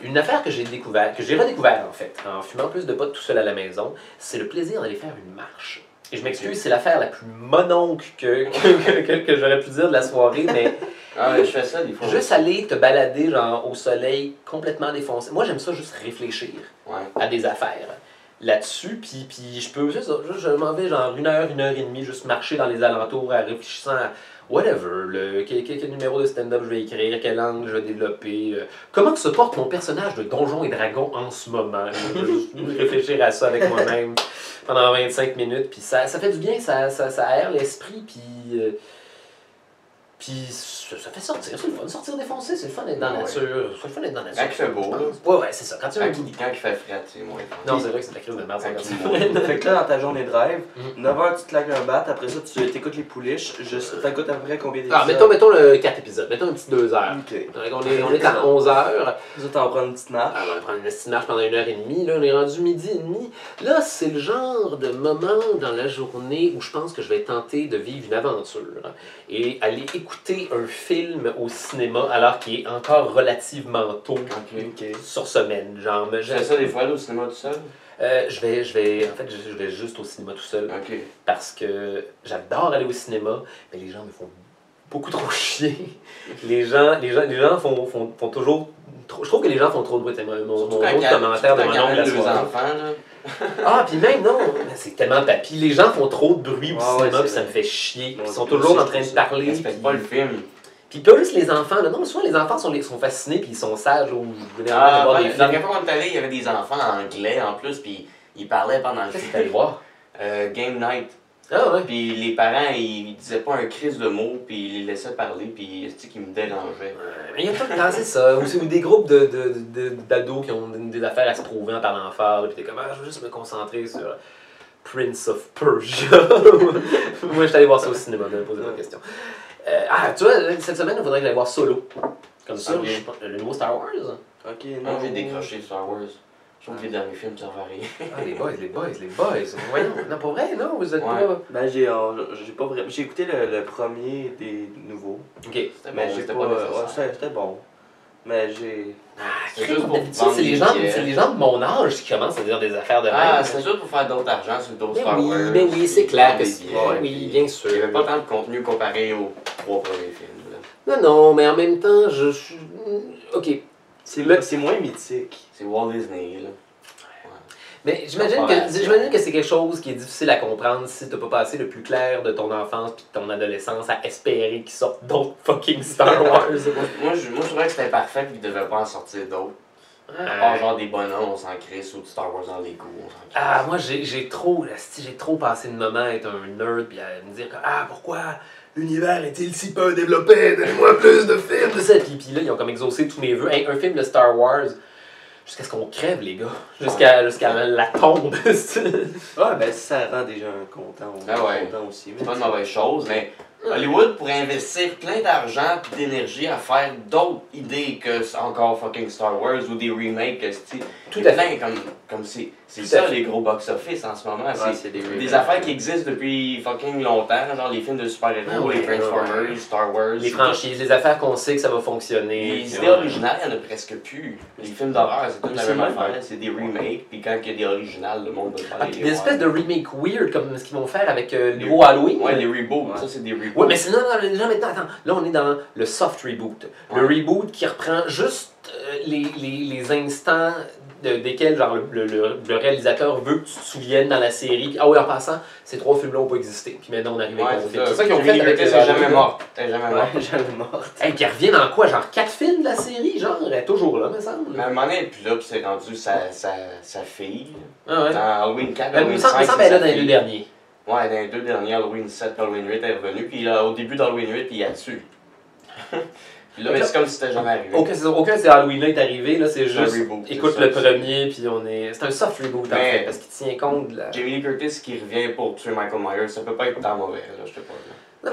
Speaker 1: Une affaire que j'ai découvert, que j'ai redécouvert en fait, en fumant plus de potes tout seul à la maison, c'est le plaisir d'aller faire une marche. Et je m'excuse, c'est l'affaire la plus mononcle que, <laughs> que, que, que j'aurais pu dire de la soirée, mais
Speaker 2: Ah, mais je fais ça des fois.
Speaker 1: Juste aller te balader genre au soleil complètement défoncé. Moi j'aime ça juste réfléchir
Speaker 2: Ouais.
Speaker 1: à des affaires là-dessus puis puis je peux c'est ça, je, je m'en vais genre une heure une heure et demie juste marcher dans les alentours en réfléchissant à whatever le quel, quel- quel numéro de stand-up je vais écrire quel angle je vais développer euh, comment que se porte mon personnage de donjon et dragon en ce moment je vais
Speaker 2: <laughs>
Speaker 1: juste réfléchir à ça avec moi-même pendant 25 minutes puis ça, ça fait du bien ça ça, ça aère l'esprit puis euh, puis ça, ça fait sortir, c'est le fun. Sortir défoncé, c'est le fun d'être dans la
Speaker 2: Ouais.
Speaker 1: nature. C'est le fun d'être dans la nature.
Speaker 2: Quand il fait beau,
Speaker 1: je pense.
Speaker 2: là.
Speaker 1: Ouais, ouais, c'est ça. Quand tu as un
Speaker 2: Quand il quand il fait frais, c'est moins fun.
Speaker 1: non, c'est vrai que c'est de la crise de merde, ça,
Speaker 2: Quand
Speaker 1: quand
Speaker 2: il
Speaker 1: tu-
Speaker 2: mouille.
Speaker 3: Fait que là, dans ta journée de rêve,
Speaker 1: Mhm.
Speaker 3: 9h, tu te claques un bat, après ça, tu t'écoutes les pouliches. Je... T'écoutes à peu près combien d'épisodes?
Speaker 1: Ah, mettons, mettons le 4 épisodes, mettons une petite 2 heures.
Speaker 3: Ok.
Speaker 1: Donc, on est, on est à 11 heures.
Speaker 3: Ça, t'en prends une petite marche.
Speaker 1: Alors, on va prendre une petite marche pendant une heure et demie. Là, on est rendu midi et demi. Là, c'est le genre de moment dans la journée où je pense que je vais tenter de vivre une aventure et aller écouter un film au cinéma alors qu'il est encore relativement tôt
Speaker 2: Ok.
Speaker 3: Ok.
Speaker 1: sur semaine. Genre, mais
Speaker 2: Je
Speaker 1: je,
Speaker 2: fais ça des fois là au cinéma tout seul.
Speaker 1: euh, je vais, je vais, en fait, je, je vais juste au cinéma tout seul.
Speaker 2: Ok.
Speaker 1: parce que j'adore aller au cinéma, mais les gens me font beaucoup trop <laughs> chier. Les gens, les gens, les gens font, font, font toujours. trop- je trouve que les gens font trop de bruit. C'est mon, mon
Speaker 2: Surtout
Speaker 1: autre
Speaker 2: quand il y a-
Speaker 1: commentaire de
Speaker 2: surtout
Speaker 1: mon
Speaker 2: quand
Speaker 1: oncle
Speaker 2: il y a
Speaker 1: la
Speaker 2: deux
Speaker 1: soirée.
Speaker 2: enfants, là.
Speaker 1: Ah, puis même non, mais c'est tellement papy. Les gens font trop de bruit au
Speaker 3: Ouais, ouais,
Speaker 1: cinéma,
Speaker 3: c'est
Speaker 1: puis ça me
Speaker 3: vrai.
Speaker 1: fait chier. puis
Speaker 3: Ouais,
Speaker 1: Ils sont
Speaker 3: c'est
Speaker 1: toujours
Speaker 3: ça,
Speaker 1: en train de
Speaker 3: c'est ça.
Speaker 1: parler.
Speaker 2: Respecte
Speaker 1: puis-
Speaker 2: pas le film.
Speaker 1: Puis pas juste les enfants. Là. Non, souvent les enfants sont, les- sont fascinés, puis ils sont sages ou généralement de
Speaker 2: Ah,
Speaker 1: voir
Speaker 2: ouais,
Speaker 1: des
Speaker 2: la
Speaker 1: films.
Speaker 2: dernière fois qu'on est allé, il y avait des enfants anglais en plus, puis ils parlaient pendant le
Speaker 1: Qu'est-ce que
Speaker 2: film.
Speaker 1: t'es <laughs> allé voir?
Speaker 2: Euh, Game night.
Speaker 1: Ah ouais.
Speaker 2: Puis les parents, ils disaient pas un crise de mots, puis ils les laissaient parler, puis c'est qui me dérangeait.
Speaker 1: Mais Il y a tout le temps, c'est ça. Ou, c'est- ou des groupes de, de, de- d'ados qui ont des des affaires à se prouver en parlant fort. Puis t'es comme, ah, je veux juste me concentrer sur Prince of Persia. <laughs> Moi, je suis allé voir ça au cinéma, ne me posez pas de questions. Euh, ah, tu vois, cette semaine, il faudrait que j'aille voir Solo. Comme ça,
Speaker 2: Ok.
Speaker 1: je pense- euh, le nouveau Star Wars.
Speaker 3: Ok,
Speaker 2: Non,
Speaker 3: non.
Speaker 2: Ah, j'ai décroché Star Wars. Je trouve que les derniers films servent à <laughs> rien.
Speaker 1: Ah, les boys, les boys, les boys. Voyons, non, pas vrai, non, vous êtes
Speaker 2: Ouais.
Speaker 1: pas.
Speaker 3: Ben, j'ai, euh, j'ai pas vraiment. J'ai écouté le, le premier des nouveaux.
Speaker 1: Ok.
Speaker 2: C'était
Speaker 3: Mais
Speaker 2: bon,
Speaker 3: j'ai
Speaker 2: Ah, c'était
Speaker 3: pas.
Speaker 2: pas
Speaker 3: euh, ouais,
Speaker 2: nécessaire.
Speaker 3: c'était, c'était bon. Mais j'ai.
Speaker 1: Ah,
Speaker 2: C'est
Speaker 1: crime,
Speaker 2: juste pour
Speaker 1: d'habitude,
Speaker 2: vendre
Speaker 1: c'est
Speaker 2: les
Speaker 1: les, gens,
Speaker 2: billets.
Speaker 1: c'est les gens de mon âge qui commencent à dire des affaires de
Speaker 2: Ah,
Speaker 1: même.
Speaker 2: c'était juste pour faire d'autres argent sur d'autres
Speaker 1: Ben
Speaker 2: Star
Speaker 1: oui,
Speaker 2: Wars.
Speaker 1: ben oui, c'est
Speaker 2: puis
Speaker 1: clair que
Speaker 2: des
Speaker 1: c'est-
Speaker 2: billets,
Speaker 1: ouais,
Speaker 2: puis
Speaker 1: oui, bien sûr.
Speaker 2: Il y avait pas tant de contenu comparé aux trois premiers films. là.
Speaker 1: Non, non, mais en même temps, je suis. mm, Ok,
Speaker 3: C'est,
Speaker 1: Le-
Speaker 3: c'est moins mythique.
Speaker 2: C'est Walt Disney, là.
Speaker 1: Mais j'imagine que,
Speaker 2: Comparaison.
Speaker 1: j'imagine que c'est quelque chose qui est difficile à comprendre si t'as pas passé le plus clair de ton enfance puis de ton adolescence à espérer qu'ils sortent d'autres fucking
Speaker 3: <laughs>
Speaker 1: Star Wars.
Speaker 2: Moi, je, moi, je trouvais que c'était parfait, puis il devait pas en sortir d'autres. À part
Speaker 1: Ah,
Speaker 2: genre des bonhommes, on s'en crisse, ou du Star Wars dans les coups, on s'en crisse.
Speaker 1: ah, moi j'ai, j'ai trop asti, j'ai trop passé le moment à être un nerd puis à me dire ah pourquoi l'univers est-il si peu développé Donne-moi plus de films de ça. Puis, puis là ils ont comme exaucé tous mes vœux. Hey, un film de Star Wars jusqu'à ce qu'on crève les gars, jusqu'à jusqu'à la, la tombe. <laughs>
Speaker 3: Ouais, ben, ça rend déjà un content.
Speaker 2: Ah ouais.
Speaker 3: content aussi.
Speaker 2: C'est pas une mauvaise chose, mais Hollywood pourrait investir plein d'argent et d'énergie à faire d'autres idées que c'est encore fucking Star Wars ou des remakes. esti.
Speaker 1: Tout
Speaker 2: Mais
Speaker 1: à fait.
Speaker 2: plein Comme, comme c'est, c'est
Speaker 1: Tout à
Speaker 2: ça
Speaker 1: fait.
Speaker 2: les gros box-office en ce moment.
Speaker 3: Ouais,
Speaker 2: c'est
Speaker 3: c'est des,
Speaker 2: des affaires qui existent depuis fucking longtemps, genre les films de
Speaker 1: Ah
Speaker 2: super-héros,
Speaker 1: ouais,
Speaker 2: les Transformers,
Speaker 1: ouais.
Speaker 2: Star Wars.
Speaker 1: Les franchises, les affaires qu'on sait que ça va fonctionner.
Speaker 2: Les
Speaker 1: puis
Speaker 2: idées
Speaker 1: ouais.
Speaker 2: originales, il n'y en a presque plus. Les films d'horreur, c'est toute la
Speaker 3: C'est
Speaker 2: même
Speaker 3: même-
Speaker 2: affaire. C'est des remakes, puis quand il y a des originales, le monde va faire
Speaker 1: Ah, puis des espèces de remake weird comme ce qu'ils vont faire avec euh, le
Speaker 2: Les-
Speaker 1: nouveau Halloween.
Speaker 2: Ouais, les reboots,
Speaker 3: Ouais.
Speaker 2: ça c'est des reboots.
Speaker 1: Ouais, mais c'est non, non, non, maintenant, attends. Là, on est dans le soft reboot. Le
Speaker 2: Ouais.
Speaker 1: reboot qui reprend juste euh, les, les, les instants de- desquels genre, le, le- le réalisateur veut que tu te souviennes dans la série. Puis, Ah oui, en passant, ces trois films-là n'ont pas existé. Puis maintenant, on arrive
Speaker 2: Ouais,
Speaker 1: avec un
Speaker 2: c'est
Speaker 1: film.
Speaker 2: ça.
Speaker 1: C'est ça qu'ils ont fait
Speaker 2: Jamie
Speaker 1: avec
Speaker 2: Curtis
Speaker 1: le
Speaker 2: est jamais
Speaker 1: Halloween.
Speaker 2: mort. T'es jamais mort.
Speaker 3: Ouais, <laughs> j'avais mort.
Speaker 1: Hey, qui revient dans quoi Genre quatre films de la série Genre, elle est toujours là, me semble.
Speaker 2: Mais à un moment donné, elle est plus là, puis c'est rendu sa, sa, sa fille.
Speaker 1: Ah ouais.
Speaker 2: Dans Halloween 4,
Speaker 1: Elle me
Speaker 2: Halloween 5,
Speaker 1: semble me semble
Speaker 2: c'est
Speaker 1: qu'elle est là
Speaker 2: sa
Speaker 1: dans les deux
Speaker 2: fille.
Speaker 1: derniers.
Speaker 2: Ouais, dans les deux derniers, Halloween 7, Halloween 8, elle est revenue. Puis là, au début d'Halloween 8, il la tue. <laughs> puis là, mais c'est comme si c'était jamais arrivé.
Speaker 1: Aucun, aucun de ces Halloween-là est arrivé, là, c'est
Speaker 2: C'est un
Speaker 1: juste.
Speaker 2: reboot,
Speaker 1: Écoute
Speaker 2: c'est
Speaker 1: le
Speaker 2: ça.
Speaker 1: premier, puis on est. C'est un soft reboot, en
Speaker 2: Mais-
Speaker 1: fait, parce qu'il tient compte de la.
Speaker 2: Jamie Lee Curtis qui revient pour tuer Michael Myers, ça peut pas être tant mauvais, là, je te parle.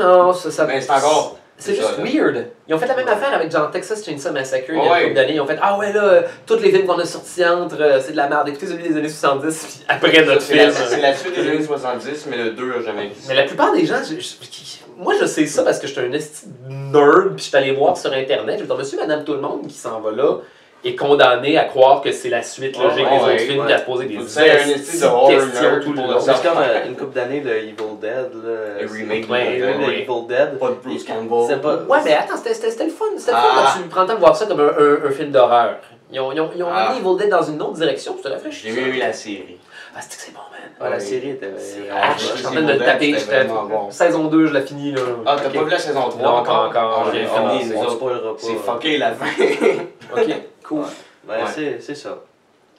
Speaker 1: Non, non, ça. ça
Speaker 2: Mais ben, c'est encore.
Speaker 1: C'est juste
Speaker 2: ça, là.
Speaker 1: weird. Ils ont fait la même
Speaker 3: Ouais.
Speaker 1: affaire avec genre Texas Chainsaw Massacre il y a
Speaker 2: Ouais.
Speaker 1: une couple d'années. Ils ont fait Ah ouais, là, euh, tous les films qu'on a sortis entre, euh, c'est de la merde. Écoutez celui des années 70, puis après notre
Speaker 2: <laughs> C'est la-
Speaker 1: film.
Speaker 2: c'est la suite des années 70, mais le 2 a jamais
Speaker 1: Mais
Speaker 2: existé.
Speaker 1: la plupart des gens, je- je- qui- moi je sais ça parce que j'étais un esti de nerd, puis je suis allé voir sur internet, je me monsieur, madame, tout le monde qui s'en va là est condamné à croire que c'est la suite
Speaker 3: Ouais,
Speaker 1: logique des
Speaker 2: ouais,
Speaker 1: autres films,
Speaker 3: ouais.
Speaker 1: puis à se poser des
Speaker 2: Faut faire un
Speaker 1: esti
Speaker 2: esti de horror
Speaker 1: questions
Speaker 2: nerd
Speaker 1: tout le
Speaker 2: pour
Speaker 1: long.
Speaker 2: le
Speaker 3: C'est comme euh, une couple d'années, le Evil Dead. Là,
Speaker 2: Le
Speaker 3: c'est-
Speaker 2: remake
Speaker 1: Ouais,
Speaker 2: de-
Speaker 3: Le
Speaker 1: ouais,
Speaker 3: remake de
Speaker 1: ouais.
Speaker 3: Evil Dead.
Speaker 2: Pas de Bruce Campbell.
Speaker 3: C'est pas-
Speaker 1: Ouais, mais attends, c'était- c'était c'était le fun. C'était le
Speaker 2: Ah.
Speaker 1: fun quand tu prends le temps de voir ça comme un, un- un film d'horreur. Ils ont, ils ont, ils ont
Speaker 2: Ah.
Speaker 1: amené Evil Dead dans une autre direction, puis c'était rafraîchissant.
Speaker 2: J'ai mieux eu la série.
Speaker 1: Ah, c'est que c'est bon, man.
Speaker 3: Ouais,
Speaker 2: Ouais.
Speaker 3: La série était.
Speaker 1: C'est
Speaker 3: vraiment
Speaker 1: ah,
Speaker 2: ouais,
Speaker 1: je
Speaker 3: bonne.
Speaker 1: suis en
Speaker 2: c'est
Speaker 1: train de le
Speaker 2: Evil Dead,
Speaker 1: taper.
Speaker 2: c'était
Speaker 1: j'étais-
Speaker 2: vraiment bon.
Speaker 1: Saison 2, je la finis, là.
Speaker 2: Ah, t'as
Speaker 1: Ok.
Speaker 2: pas vu la saison 3
Speaker 1: Non, encore, encore.
Speaker 2: Ah,
Speaker 1: J'ai
Speaker 2: j'ai
Speaker 3: On-
Speaker 1: fini.
Speaker 2: fini. les
Speaker 3: on
Speaker 2: autres.
Speaker 3: spoilera pas,
Speaker 2: C'est
Speaker 3: hein.
Speaker 2: fucké la fin. <laughs>
Speaker 1: Ok, cool.
Speaker 3: Ouais. Ben,
Speaker 2: Ouais.
Speaker 3: c'est- c'est ça.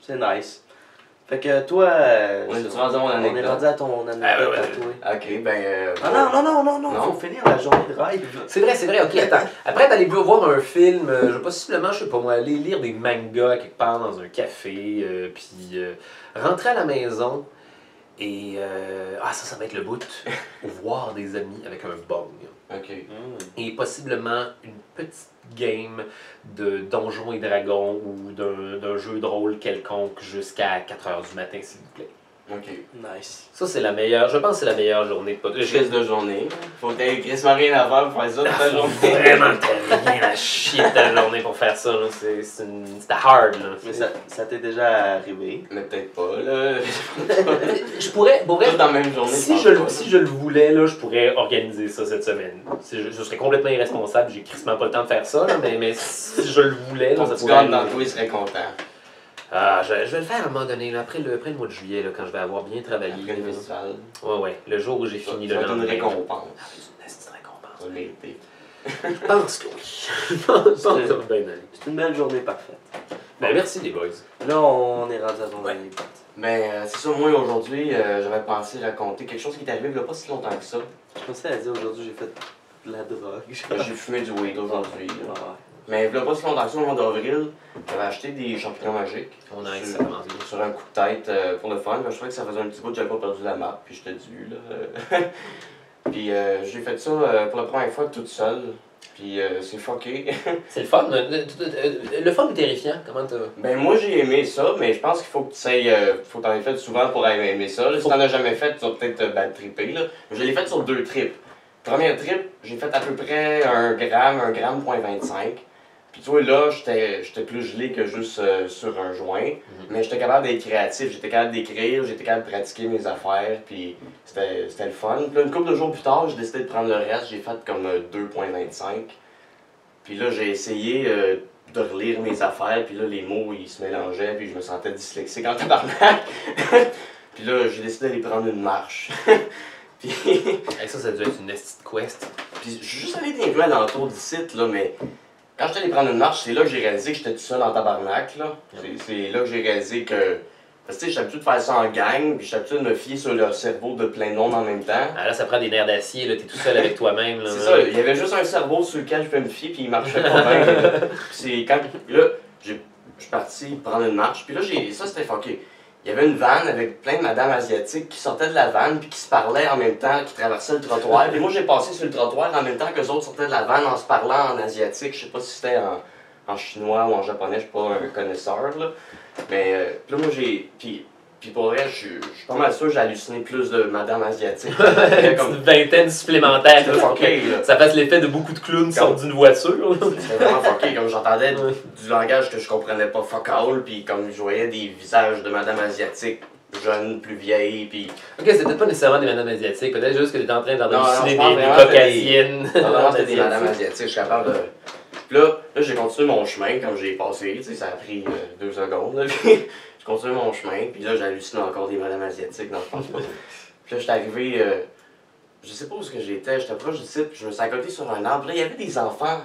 Speaker 3: C'est nice. Fait que toi. euh,
Speaker 2: On est
Speaker 3: c'est-
Speaker 2: rendu à mon
Speaker 3: on est
Speaker 2: anecdote.
Speaker 3: rendu à ton
Speaker 1: Ah, ouais,
Speaker 3: anecdote
Speaker 1: ouais.
Speaker 3: à toi.
Speaker 2: Ok, ben. euh,
Speaker 3: Ah non, non, non, non, non,
Speaker 2: Non.
Speaker 3: faut finir la journée
Speaker 2: <laughs>
Speaker 3: de rêve.
Speaker 1: C'est vrai, c'est vrai, ok, attends. Après, t'allais voir un film, euh, je vais possiblement, je sais pas moi, aller lire des mangas quelque part dans un café, euh, puis euh, rentrer à la maison et. euh, ah, ça, ça va être le bout. voir des amis avec un bong.
Speaker 2: Ok.
Speaker 3: Hmm,
Speaker 1: Et possiblement une petite game de Donjons et Dragons ou d'un d'un jeu de rôle quelconque jusqu'à 4h du matin, s'il vous plaît.
Speaker 2: Ok.
Speaker 3: Nice.
Speaker 1: Ça, c'est la meilleure, je pense que c'est la meilleure journée de pod-
Speaker 2: Le reste de journée. Faut que t'aies quasiment rien à faire pour faire ça toute
Speaker 1: <laughs>
Speaker 2: la journée.
Speaker 1: vraiment t'as rien à chier de ta journée pour faire ça. là. C'est c'est une- c'était hard. Là.
Speaker 3: Mais ça, ça t'est déjà arrivé.
Speaker 2: Mais peut-être pas, là.
Speaker 1: Je pourrais, pour vrai,
Speaker 2: Tout dans la même journée.
Speaker 1: si je,
Speaker 2: pense
Speaker 1: le-
Speaker 2: pas.
Speaker 1: si je le voulais, là, je pourrais organiser ça cette semaine. C'est- Je, je serais complètement irresponsable, j'ai crissement pas le temps de faire ça, là, mais, mais si je le voulais, là,
Speaker 2: Ton
Speaker 1: ça
Speaker 2: petit
Speaker 1: pourrait
Speaker 2: gars dans
Speaker 1: arriver.
Speaker 2: toi, il serait content.
Speaker 1: Ah, je, je vais le faire à un moment donné, là, après, le, après le mois de juillet, là, quand je vais avoir bien travaillé.
Speaker 2: Après le
Speaker 1: là.
Speaker 2: festival,
Speaker 1: Ouais, ouais, le jour où j'ai
Speaker 2: tu vas
Speaker 1: fini
Speaker 2: tu
Speaker 1: le
Speaker 2: vas être une
Speaker 1: lendemain.
Speaker 2: récompense.
Speaker 1: Ah, c'est une petite récompense.
Speaker 2: Tu vas le mériter.
Speaker 1: Je pense que oui. Je pense que ça va bien aller.
Speaker 3: C'est une belle journée parfaite.
Speaker 1: Ben, merci les boys.
Speaker 3: Là, on est rendu à ton
Speaker 1: Ouais.
Speaker 3: anecdote.
Speaker 2: Mais euh, c'est ça, moi aujourd'hui, euh, j'avais pensé raconter quelque chose qui est arrivé il y a pas si longtemps que ça.
Speaker 3: Je pensais à dire aujourd'hui, j'ai fait de la drogue.
Speaker 2: Euh, J'ai fumé du weed aujourd'hui. là.
Speaker 3: Ah
Speaker 2: Mais il y a pas si longtemps que ça, au mois d'avril, j'avais acheté des champignons magiques.
Speaker 1: On a
Speaker 2: Sur-
Speaker 1: ça commence bien.
Speaker 2: sur un coup de tête euh, pour le fun. Mais je trouvais que ça faisait un petit bout que j'avais pas perdu la map, puis j'étais dû. Là. <laughs> puis euh, j'ai fait ça euh, pour la première fois toute seule. Puis euh, c'est fucké.
Speaker 1: C'est le fun. Euh, Le, le- le fun est terrifiant. Comment t'as.
Speaker 2: ben moi j'ai aimé ça, mais je pense qu'il faut que tu sais, euh, faut que t'en aies fait souvent pour aimer aimer ça. là. Si t'en as jamais fait, tu vas peut-être te bad tripper. Là. Je l'ai fait sur deux trips. Première trip, j'ai fait à peu près un gramme, un gramme point 25. Puis tu vois, là, j'étais j'étais plus gelé que juste euh, sur un joint. Mais j'étais capable d'être créatif, j'étais capable d'écrire, j'étais capable de pratiquer mes affaires, puis c'était c'était le fun. Puis là, une couple de jours plus tard, j'ai décidé de prendre le reste, j'ai fait comme euh, 2.25. Puis là, j'ai essayé euh, de relire mes affaires, puis là, les mots, ils se mélangeaient, puis je me sentais dyslexique en tabarnak. <laughs> puis là, j'ai décidé d'aller prendre une marche. <laughs> puis...
Speaker 1: Hey, ça, ça doit être une petite quest.
Speaker 2: Puis je suis juste allé dans les rues alentour du site, là, mais quand j'étais allé prendre une marche, c'est là que j'ai réalisé que j'étais tout seul en tabarnak, là. C'est- C'est là que j'ai réalisé que. Parce que, tu sais, j'étais habitué de faire ça en gang, puis j'étais habitué de me fier sur leur cerveau de plein de monde en même temps.
Speaker 1: Ah, là, ça prend des nerfs d'acier. là, T'es tout seul avec toi-même. là.
Speaker 2: C'est ça, il y avait juste un cerveau sur lequel je pouvais me fier, puis il marchait pas bien. là. Puis c'est quand. Là, j'ai- je suis parti prendre une marche, puis là, j'ai. Ça, c'était fucké. Il y avait une vanne avec plein de madames asiatiques qui sortaient de la vanne puis qui se parlaient en même temps, qui traversaient le trottoir. Puis moi, j'ai passé sur le trottoir en même temps que les autres sortaient de la vanne en se parlant en asiatique. Je sais pas si c'était en, en chinois ou en japonais, je suis pas un connaisseur. Là. Mais euh, puis là, moi, j'ai. Puis, puis pour vrai, je suis je suis pas mal sûr que j'ai halluciné plus de madames asiatiques.
Speaker 1: Une
Speaker 2: Comme-
Speaker 1: petite vingtaine supplémentaire. là, pour
Speaker 2: Ok,
Speaker 1: que
Speaker 2: là.
Speaker 1: Ça fasse l'effet de beaucoup de clowns qui sortent d'une voiture. là.
Speaker 2: C'était vraiment fucké, comme j'entendais
Speaker 1: Ouais.
Speaker 2: du langage que je comprenais pas fuck all, puis comme je voyais des visages de madame asiatique, jeune, plus vieille, puis
Speaker 1: Ok, c'était peut-être pas nécessairement des madames asiatiques, peut-être juste que t'étais en train
Speaker 2: Non, non,
Speaker 1: d'enregistrer
Speaker 2: je pense
Speaker 1: des, des <laughs>
Speaker 2: vraiment
Speaker 1: caucasiennes.
Speaker 2: Non, non, c'était des
Speaker 1: asiatiques.
Speaker 2: madames asiatiques, je suis capable de. Puis là, là j'ai continué mon chemin comme j'ai passé, tu sais, ça a pris euh, deux secondes. là, <laughs> puis j'ai continué mon chemin, puis là j'hallucine encore des madames asiatiques dans le fond. Puis là, j'étais arrivé, euh, je sais pas où ce que j'étais, j'étais proche du site, puis je me suis accoté sur un arbre. Là, il y avait des enfants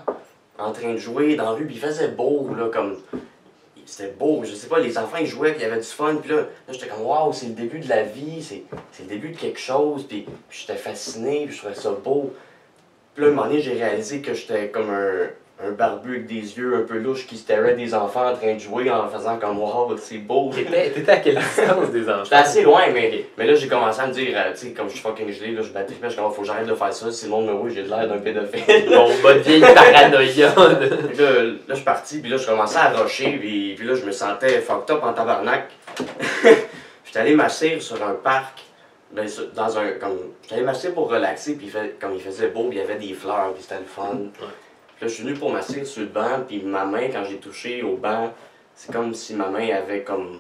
Speaker 2: en train de jouer dans la rue, puis il faisait beau, là, comme. C'était beau, je sais pas, les enfants ils jouaient, puis il y avait du fun, puis là, là j'étais comme waouh, c'est le début de la vie, c'est c'est le début de quelque chose, puis, puis j'étais fasciné, puis je trouvais ça beau. Puis là, un moment donné, j'ai réalisé que j'étais comme un, un barbu avec des yeux un peu louches qui starait des enfants en train de jouer en faisant comme waouh, c'est beau.
Speaker 1: T'étais t'étais à quelle distance des enfants?
Speaker 2: J'étais assez loin, mais, mais là, j'ai commencé à me dire, euh, tu sais, comme je suis fucking gelé, là, je batterie, je suis comme, oh, faut que j'arrête de faire ça, sinon, mais oui, j'ai l'air d'un pédophile.
Speaker 1: <laughs> Bon, bonne vieille paranoïa.
Speaker 2: Puis là, là, je suis parti, puis là, je commençais à rusher, puis, puis là, je me sentais fucked up en tabarnak. <laughs> J'étais allé m'asseoir sur un parc, ben, sur- dans un, comme, j'étais allé m'asseoir pour relaxer, puis il fait- comme il faisait beau, puis il y avait des fleurs, puis c'était le fun. Puis là, je suis venu pour m'asseoir sur le banc, puis ma main, quand j'ai touché au banc, c'est comme si ma main avait comme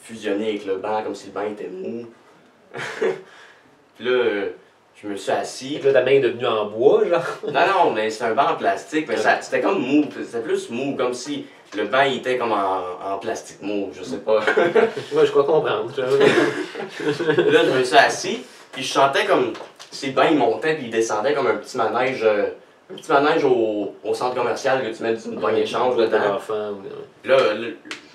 Speaker 2: fusionné avec le banc, comme si le banc était mou. <laughs> puis là, euh, je me suis assis,
Speaker 1: Fait que <laughs> là, ta main est devenue en bois, genre.
Speaker 2: non, non, mais c'est un banc en plastique, mais ça- c'était comme mou, c'était plus mou, comme si le banc il était comme en, en plastique mou, je
Speaker 1: <laughs>
Speaker 2: sais pas.
Speaker 1: Moi, je crois comprendre. tu vois.
Speaker 2: là, je me suis assis, puis je sentais comme si le banc il montait, puis il descendait comme un petit manège, euh, un petit manège au, au centre commercial que tu mets une poignée de change
Speaker 1: Des
Speaker 2: dedans.
Speaker 1: enfants, ou-
Speaker 2: Puis Là, là,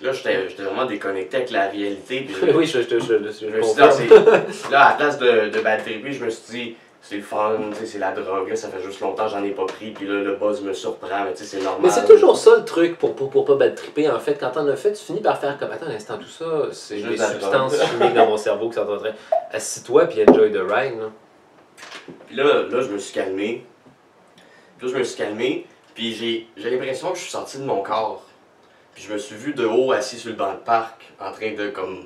Speaker 2: là, j'étais j'étais vraiment déconnecté avec la réalité, puis
Speaker 1: <laughs>
Speaker 2: je-
Speaker 1: Oui, je te je, je, je,
Speaker 2: Je me suis dit,
Speaker 1: comprends.
Speaker 2: Ah, c'est- là, à la place de, de Bad Trippy, je me suis dit, c'est le fun, tu sais, c'est la drogue, là, ça fait juste longtemps que j'en ai pas pris, puis là, le buzz me surprend, mais tu sais, c'est normal.
Speaker 1: Mais c'est toujours ça le truc pour, pour, pour pas bad tripper. En fait, quand on a fait, tu finis par faire comme Attends un instant, tout ça, c'est
Speaker 2: Juste
Speaker 1: des
Speaker 2: de la
Speaker 1: substances chimiques dans mon cerveau qui sont en train. Assis-toi puis enjoy the ride. là.
Speaker 2: Puis là, là, je me suis calmé. Puis là, je me suis calmé. Puis j'ai, j'ai l'impression que je suis sorti de mon corps. Puis je me suis vu de haut assis sur le banc de parc, en train de comme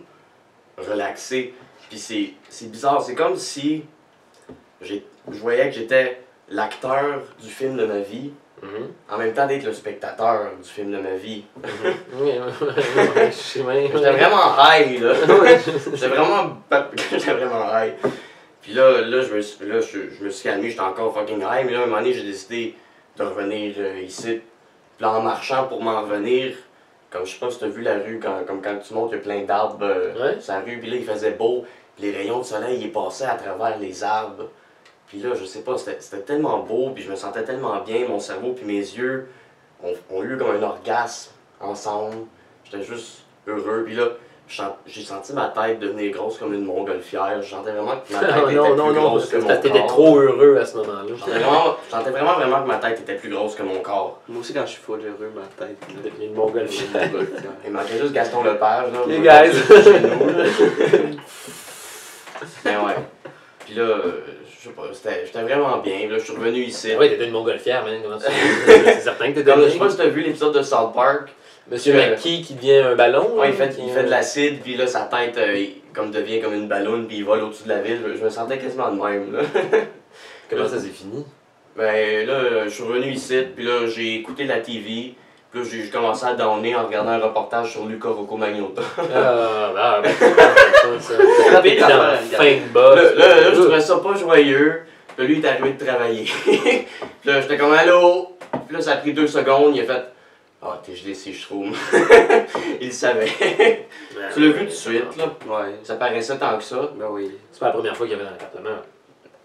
Speaker 2: relaxer. Puis c'est, c'est bizarre. C'est comme si j'ai, je voyais que j'étais l'acteur du film de ma vie,
Speaker 1: Mhm.
Speaker 2: en même temps d'être le spectateur du film de ma vie.
Speaker 1: Oui, je sais bien. <laughs>
Speaker 2: J'étais vraiment high, là. J'étais vraiment. <laughs> J'étais vraiment high. Puis là, là, je me suis, là, je, je me suis calmé, j'étais encore fucking high. Mais là, à un moment donné, j'ai décidé de revenir euh, ici. Puis là, en marchant pour m'en revenir, comme je sais pas si t'as vu la rue, quand, comme quand tu montes, il y a plein d'arbres euh,
Speaker 1: Ouais.
Speaker 2: sur la rue. Puis là, il faisait beau. Puis les rayons de soleil, ils passaient à travers les arbres. Puis là, je sais pas, c'était c'était tellement beau. Puis je me sentais tellement bien. Mon cerveau, puis mes yeux, ont, ont eu comme un orgasme ensemble. J'étais juste heureux. Puis là, je sent- j'ai senti ma tête devenir grosse comme une montgolfière. Je sentais vraiment que ma tête
Speaker 1: Oh, <laughs> Non,
Speaker 2: était
Speaker 1: non,
Speaker 2: plus
Speaker 1: non, non,
Speaker 2: grosse
Speaker 1: parce
Speaker 2: que mon
Speaker 1: que t'étais
Speaker 2: corps.
Speaker 1: trop heureux à ce moment-là.
Speaker 2: Je sentais vraiment- je sentais vraiment, vraiment que ma tête était plus grosse que mon corps.
Speaker 3: Moi aussi, quand je suis full heureux, ma tête.
Speaker 1: T'es
Speaker 3: là,
Speaker 1: devenu une montgolfière.
Speaker 3: elle me bloque, là.
Speaker 2: Il manquait juste Gaston Lepage. Là,
Speaker 1: Les guys.
Speaker 2: <laughs> Chez nous, là. Mais ouais. Puis là, euh, je sais pas, c'était- j'étais vraiment bien. Puis Là, je suis revenu ici.
Speaker 1: Oui, t'étais une montgolfière, man. Comment tu
Speaker 2: <laughs>
Speaker 1: C'est certain que t'étais
Speaker 2: Comme, je sais pas
Speaker 1: bien.
Speaker 2: si t'as vu l'épisode de South Park.
Speaker 1: Monsieur
Speaker 2: Euh,
Speaker 1: McKee qui devient un ballon.
Speaker 2: Ouais,
Speaker 1: hein,
Speaker 2: il fait,
Speaker 1: qui-
Speaker 2: il fait de l'acide, puis là, sa tête euh, il- comme devient comme une ballonne, puis il vole au-dessus de la ville. Je, je me sentais quasiment de même. Là.
Speaker 1: Comment ça s'est fini
Speaker 2: Ben là, je suis revenu ici, puis là, j'ai écouté la TV, puis là, j'ai j'ai commencé à donner en regardant un reportage sur Luca Rocco Magnota.
Speaker 1: Ah, <laughs> bah, ben, c'est pas ça. ça. T'es dans la fin de
Speaker 3: Ah,
Speaker 1: boss.
Speaker 2: Là, là, là, je trouvais ça pas joyeux, puis lui, il est arrivé de travailler. <laughs> puis là, j'étais comme « Allô? » Puis là, ça a pris deux secondes, il a fait « Ah, t'es gelé, c'est Shroom. » <laughs> Il le savait. <laughs> tu l'as vu tout de suite, là.
Speaker 3: Ouais.
Speaker 2: Ça paraissait tant que ça.
Speaker 3: Ben oui.
Speaker 1: C'est pas la première fois qu'il y avait dans l'appartement.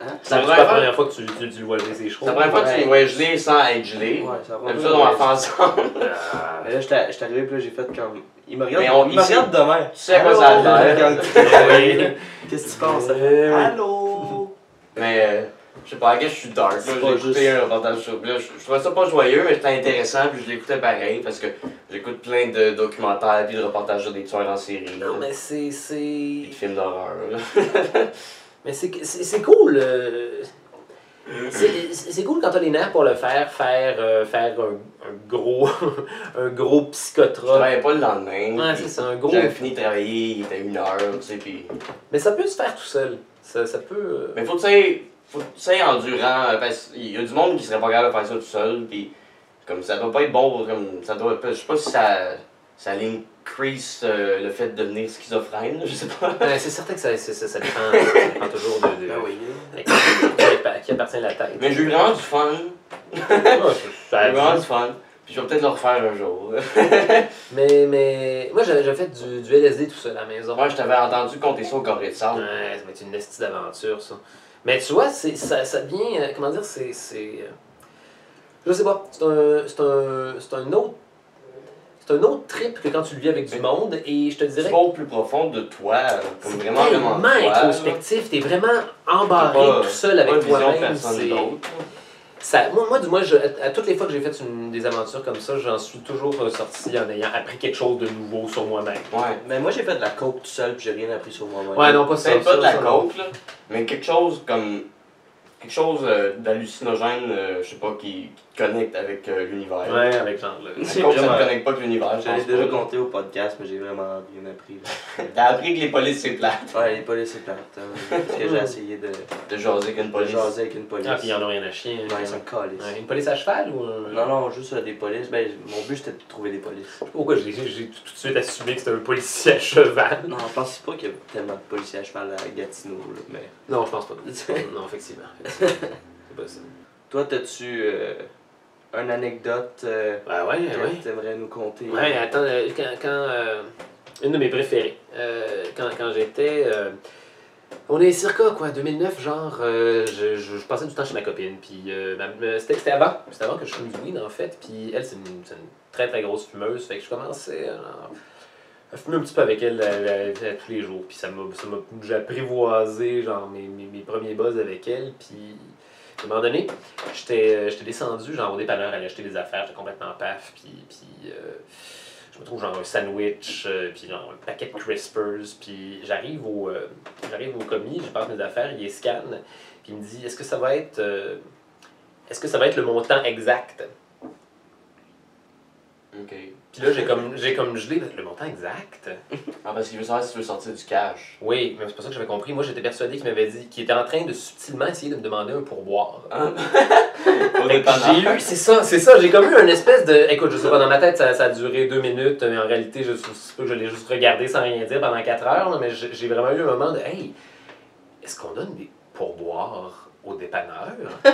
Speaker 1: C'est hein?
Speaker 2: Ça
Speaker 1: pas
Speaker 2: pourrait
Speaker 1: la
Speaker 2: faire-
Speaker 1: première fois que tu, tu, tu vois jouer ses choses.
Speaker 2: Ça prend pas que tu
Speaker 3: Ouais.
Speaker 2: les voyais gelés sans être gelé.
Speaker 3: Ouais, ça va.
Speaker 2: Comme ça, on en fait ensemble.
Speaker 1: Ah,
Speaker 3: Mais là, j'étais j'étais arrivé, puis là, j'ai fait comme. Il me regarde,
Speaker 2: Mais on-
Speaker 3: il me
Speaker 2: ici-
Speaker 3: regarde demain.
Speaker 2: Tu sais à quoi ça a l'air.
Speaker 1: oui.
Speaker 3: <laughs> Qu'est-ce que tu penses?
Speaker 1: Euh,
Speaker 3: Allô?
Speaker 2: Mais euh, Je sais pas, à je suis dark. là.
Speaker 3: C'est
Speaker 2: J'ai
Speaker 3: pas
Speaker 2: écouté
Speaker 3: juste-
Speaker 2: un reportage sur. là, Je, je trouvais ça pas joyeux, mais c'était intéressant, puis je l'écoutais pareil, parce que j'écoute plein de documentaires, puis de reportages sur des tueurs en série, là,
Speaker 1: Non, mais c'est.
Speaker 2: puis
Speaker 1: c'est-
Speaker 2: de films d'horreur. là.
Speaker 1: Mais c'est c'est- c'est cool. euh, c'est- C'est c'est cool quand t'as les nerfs pour le faire, faire, euh, faire un, un gros <laughs> un gros
Speaker 2: Je
Speaker 1: psychotrope.
Speaker 2: travaillais pas le lendemain.
Speaker 1: Ouais,
Speaker 2: puis
Speaker 1: c'est ça, un gros.
Speaker 2: J'avais fini de travailler, il était une heure, tu sais, puis.
Speaker 1: Mais ça peut se faire tout seul. Ça, ça peut. euh,
Speaker 2: Mais faut, tu sais, faut, tu sais, endurant, euh, parce qu'il y a du monde qui serait pas capable de faire ça tout seul, puis comme ça doit pas être bon, pour, comme ça doit, je sais pas si ça, ça l'increase euh, le fait de devenir schizophrène, je sais pas.
Speaker 1: euh, c'est certain que ça, ça, ça, ça dépend, ça dépend toujours de, de-
Speaker 3: Ben oui.
Speaker 1: à qui, à qui appartient la tête.
Speaker 2: Mais j'ai eu vraiment du fun,
Speaker 1: Ouais,
Speaker 2: j'ai eu
Speaker 1: ça-
Speaker 2: Ben, vraiment du fun, puis je vais peut-être le refaire un jour. <laughs>
Speaker 1: Mais, mais moi, j'avais j'avais fait du, du LSD tout seul à la maison.
Speaker 2: Moi, je t'avais entendu compter ça au corps de sable.
Speaker 1: Ouais, ça va être une estie d'aventure, ça. Mais tu vois, c'est, ça, ça devient. euh, comment dire, c'est. c'est euh, je sais pas. C'est un, c'est un, c'est un autre. C'est un autre trip que quand tu le vis avec du
Speaker 2: Mais-
Speaker 1: monde. Et je te
Speaker 2: Tu
Speaker 1: dirais.
Speaker 2: vas au plus profond de toi, comme
Speaker 1: c'est
Speaker 2: vraiment,
Speaker 1: tellement
Speaker 2: vraiment toi. là.
Speaker 1: introspectif. T'es vraiment embarré
Speaker 2: pas-
Speaker 1: tout seul
Speaker 2: Pas
Speaker 1: avec
Speaker 2: de vision de
Speaker 1: toi-même.
Speaker 2: personne
Speaker 1: c'est-
Speaker 2: d'autre.
Speaker 1: ça- moi, moi, du moins, je- à, à toutes les fois que j'ai fait une- des aventures comme ça, j'en suis toujours euh, sorti en ayant appris quelque chose de nouveau sur moi-même.
Speaker 2: Ouais.
Speaker 3: Mais moi, j'ai fait de la coke tout seul, puis j'ai rien appris sur moi-même.
Speaker 1: Ouais, non, pas ça.
Speaker 2: C'est Ben, pas de
Speaker 1: ça,
Speaker 2: la
Speaker 1: ça, non.
Speaker 2: coke, là, mais quelque chose comme. quelque chose euh, d'hallucinogène, euh, je sais pas, qui, qui te connecte avec euh, l'univers.
Speaker 1: Ouais, avec genre le- <laughs>
Speaker 2: La coke, ça
Speaker 3: Vraiment.
Speaker 2: te connecte pas avec l'univers, je
Speaker 3: J'en ai
Speaker 2: pense
Speaker 3: déjà
Speaker 2: pas.
Speaker 3: compté au podcast, mais j'ai vraiment rien appris. là.
Speaker 2: T'as appris que les polices c'est plat.
Speaker 3: Ouais, elle est pas laissée plate. hein, <laughs> Parce que j'ai essayé de, de
Speaker 2: De jaser qu'une police.
Speaker 3: jaser avec une police.
Speaker 1: Ah, puis ils en ont rien à chier. hein,
Speaker 3: Ouais,
Speaker 1: ils
Speaker 3: ils
Speaker 1: sont-
Speaker 3: sont collés.
Speaker 1: Ouais, une police à cheval ou un.
Speaker 3: Non, non, juste euh, des polices. Ben, mon but, c'était de trouver des polices.
Speaker 1: Pourquoi j'ai j'ai tout de suite assumé que c'était un policier à cheval
Speaker 3: Non, je pensais pas qu'il y avait tellement de policiers à cheval à Gatineau, là, mais...
Speaker 1: Non, je pense <laughs> pas. non, <laughs> effectivement. effectivement. C'est pas ça.
Speaker 3: Toi, t'as-tu euh, une anecdote euh,
Speaker 1: Bah ouais,
Speaker 3: que
Speaker 1: ouais.
Speaker 3: t'aimerais nous conter?
Speaker 1: Ouais, attends, euh, quand. quand euh, une de mes préférées. Euh, quand quand j'étais. euh, on est circa, quoi, 2009, genre, euh, je, je, je passais du temps chez ma copine, puis euh, ma- euh, c'était c'était avant, c'était avant que je fume du weed, en fait, puis elle, c'est une, c'est une très, très grosse fumeuse, fait que je commençais à, à fumer un petit peu avec elle euh, euh, tous les jours, puis ça m'a, ça m'a, j'ai apprivoisé, genre, mes, mes, mes premiers buzz avec elle, puis à un moment donné, j'étais, euh, j'étais descendu, genre, au dépanneur, aller acheter des affaires, j'étais complètement paf, puis, puis euh, je me trouve genre un sandwich, euh, puis genre un paquet de crispers, puis j'arrive au, euh, j'arrive au commis, je passe mes affaires, il les scanne, puis il me dit est-ce que ça va être euh, est-ce que ça va être le montant exact
Speaker 2: Ok.
Speaker 1: Puis là j'ai comme j'ai comme gelé le montant exact.
Speaker 2: Ah, parce qu'il veut savoir si tu veux sortir du cash.
Speaker 1: Oui, mais c'est pas ça que j'avais compris. Moi j'étais persuadé qu'il m'avait dit qu'il était en train de subtilement essayer de me demander un pourboire.
Speaker 2: Au
Speaker 1: <laughs> Fait que
Speaker 2: dépanneur.
Speaker 1: J'ai eu, c'est ça, c'est ça, j'ai comme eu une espèce de. Écoute, je sais pas, dans ma tête, ça, ça a duré deux minutes, mais en réalité, je sais pas que je l'ai juste regardé sans rien dire pendant quatre heures, là, mais j'ai j'ai vraiment eu un moment de Hey, est-ce qu'on donne des pourboires aux dépanneurs <laughs>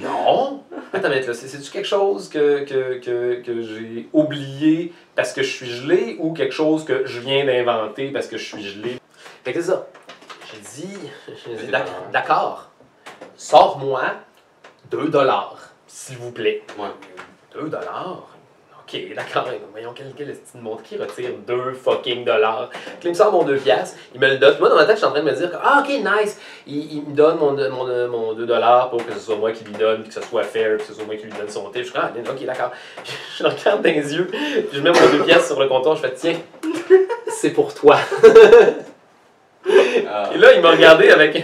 Speaker 1: Non Attends, mais là, c'est- c'est-tu quelque chose que, que, que, que j'ai oublié parce que je suis gelé ou quelque chose que je viens d'inventer parce que je suis gelé Fait que c'est ça. J'ai dit, <laughs> j'ai dit, D'ac- d'accord, sors-moi 2 dollars, s'il vous plaît.
Speaker 2: Ouais.
Speaker 1: <laughs> 2 dollars? Ok, d'accord. Voyons, quel, quel est le monde qui retire 2 fucking dollars? Fait que là, Il me sort mon 2 piastres, il me le donne. Moi, dans ma tête, je suis en train de me dire que, ah, ok, nice. Il, il me donne mon, mon, mon 2 dollars pour que ce soit moi qui lui donne, puis que ce soit fair, puis que ce soit moi qui lui donne son tip. Je suis comme, ah, ok, d'accord. <laughs> Je le regarde dans les yeux, puis je mets mon 2 piastres sur le comptoir, je fais, tiens, c'est pour toi.
Speaker 2: Ah,
Speaker 1: Et là, il m'a regardé avec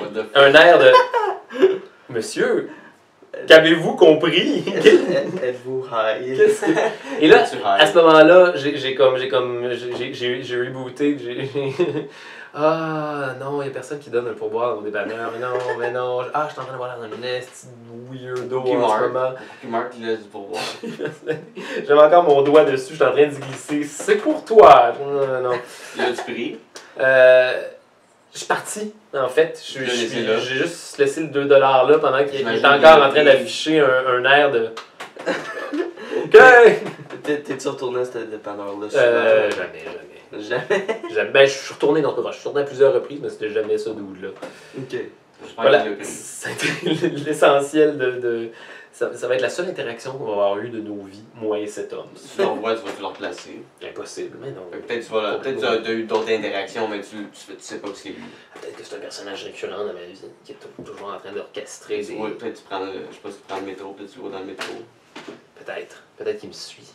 Speaker 2: what the f-
Speaker 1: un air de, monsieur, qu'avez-vous compris?
Speaker 3: <laughs> Êtes-vous <laughs> high?
Speaker 1: Qu'est-ce que- Et là,
Speaker 2: Tu
Speaker 1: à
Speaker 2: rêves.
Speaker 1: ce moment-là, j'ai j'ai comme, j'ai comme, j'ai- j'ai j'ai rebooté, j'ai... <laughs> Ah non, il a personne qui donne un pourboire au dépanneur, mais non, mais non, ah, je suis en train de voir dans un esti de weirdo
Speaker 2: Qui
Speaker 1: en ce
Speaker 2: meurt.
Speaker 1: moment.
Speaker 2: Puis Marc, il laisse du pourboire.
Speaker 1: J'avais encore mon doigt dessus, je suis en train d'y glisser, c'est pour toi! Non, non, non.
Speaker 2: Là, tu pries.
Speaker 1: Euh, je suis parti, en fait. Je-
Speaker 2: Tu l'as
Speaker 1: je
Speaker 2: laissé
Speaker 1: suis-
Speaker 2: là.
Speaker 1: J'ai juste laissé le 2$ là pendant qu'il il
Speaker 2: J'imagine
Speaker 1: était encore
Speaker 2: qu'il
Speaker 1: en train
Speaker 2: est-
Speaker 1: d'afficher un, un air de... OK!
Speaker 3: T'es- T'es-tu retourné à ce dépanneur-là?
Speaker 1: Euh,
Speaker 3: souvent?
Speaker 1: jamais, jamais.
Speaker 3: Jamais? <laughs>
Speaker 1: J'aime- Ben, je suis retourné dans le cover. Je suis retourné à plusieurs reprises, mais c'était jamais ça d'où là.
Speaker 3: OK.
Speaker 2: J'espère
Speaker 1: Voilà.
Speaker 2: qu'il a pris.
Speaker 1: C'était <laughs> l'essentiel de, de Ça, ça va être la seule interaction qu'on va avoir eue de nos vies, moi et cet homme.
Speaker 2: Si tu l'envoies, tu vas te le replacer.
Speaker 1: Impossible, mais non.
Speaker 2: Fait que Peut-être tu vas peut-être tu as eu d'autres interactions, mais tu, tu, tu sais pas que c'est lui.
Speaker 1: Ah, Peut-être que c'est un personnage récurrent dans ma vie qui est tou- toujours en train d'orchestrer
Speaker 2: Tu
Speaker 1: des.
Speaker 2: vois, Peut-être tu prends le, je sais pas si tu prends le métro, peut-être tu vas dans le métro.
Speaker 1: Peut-être. Peut-être qu'il me suit.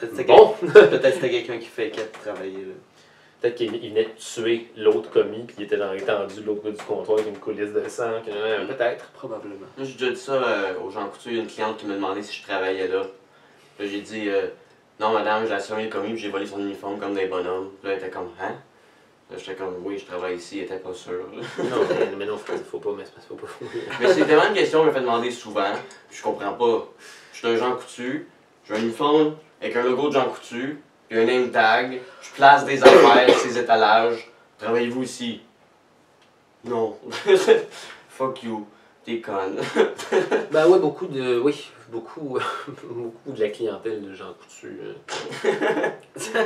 Speaker 3: Peut-être c'était
Speaker 1: Bon!
Speaker 3: quelqu'un- peut-être c'était quelqu'un qui fait qu'à travailler là.
Speaker 1: Peut-être qu'il il venait de tuer l'autre commis, puis il était dans étendu de l'autre côté du comptoir avec une coulisse de sang. que- euh, Peut-être.
Speaker 3: Probablement.
Speaker 2: Moi, j'ai déjà dit ça euh, aux gens coutus, il y a une cliente qui m'a demandé si je travaillais là. Puis j'ai dit, euh, non madame, j'ai assuré le commis, puis j'ai volé son uniforme comme des bonhommes. Puis là, elle était comme, hein? Là, j'étais comme, oui, je travaille ici, elle était pas sûre. là.
Speaker 1: Non, mais, mais non, faut, faut pas, mais c'est pas- faut pas.
Speaker 2: Mais c'est vraiment une question qu'on me fait demander souvent, puis je comprends pas. Je suis un Jean Coutu, j'ai un uniforme avec un logo de Jean Coutu, puis un name tag, je place des affaires, ces étalages, travaillez-vous ici? Non. <laughs> Fuck you, t'es con.
Speaker 1: Ben ouais, beaucoup de. Oui, beaucoup, <laughs> beaucoup de la clientèle de Jean Coutu <laughs> euh,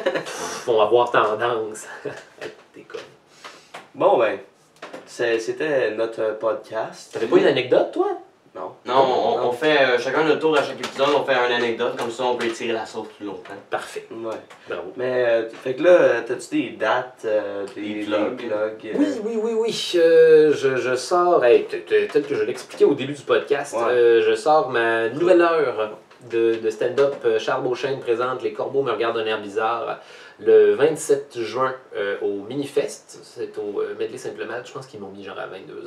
Speaker 1: vont avoir tendance à être des connes.
Speaker 3: Bon ben, c'est- c'était notre euh, podcast.
Speaker 1: T'avais pas une anecdote, toi
Speaker 3: Non.
Speaker 2: Non, on, on fait euh, chacun notre tour à chaque épisode, on fait une anecdote, comme ça on peut étirer la sauce plus longtemps.
Speaker 1: Parfait.
Speaker 3: Ouais.
Speaker 1: Bravo.
Speaker 3: Mais euh, fait que là, euh, t'as-tu des dates, euh, des,
Speaker 2: Des plugs.
Speaker 3: des plugs, euh,
Speaker 1: Oui, oui, oui, oui. Euh, je, je sors, hey, t- t- tel que je l'expliquais au début du podcast,
Speaker 3: Ouais.
Speaker 1: euh, je sors ma nouvelle heure de, de stand-up. Euh, Charles Beauchesne présente Les Corbeaux me regardent d'un air bizarre le 27 juin euh, au Minifest. C'est au euh, Medley Saint-Plemal. Je pense qu'ils m'ont mis genre à 22h.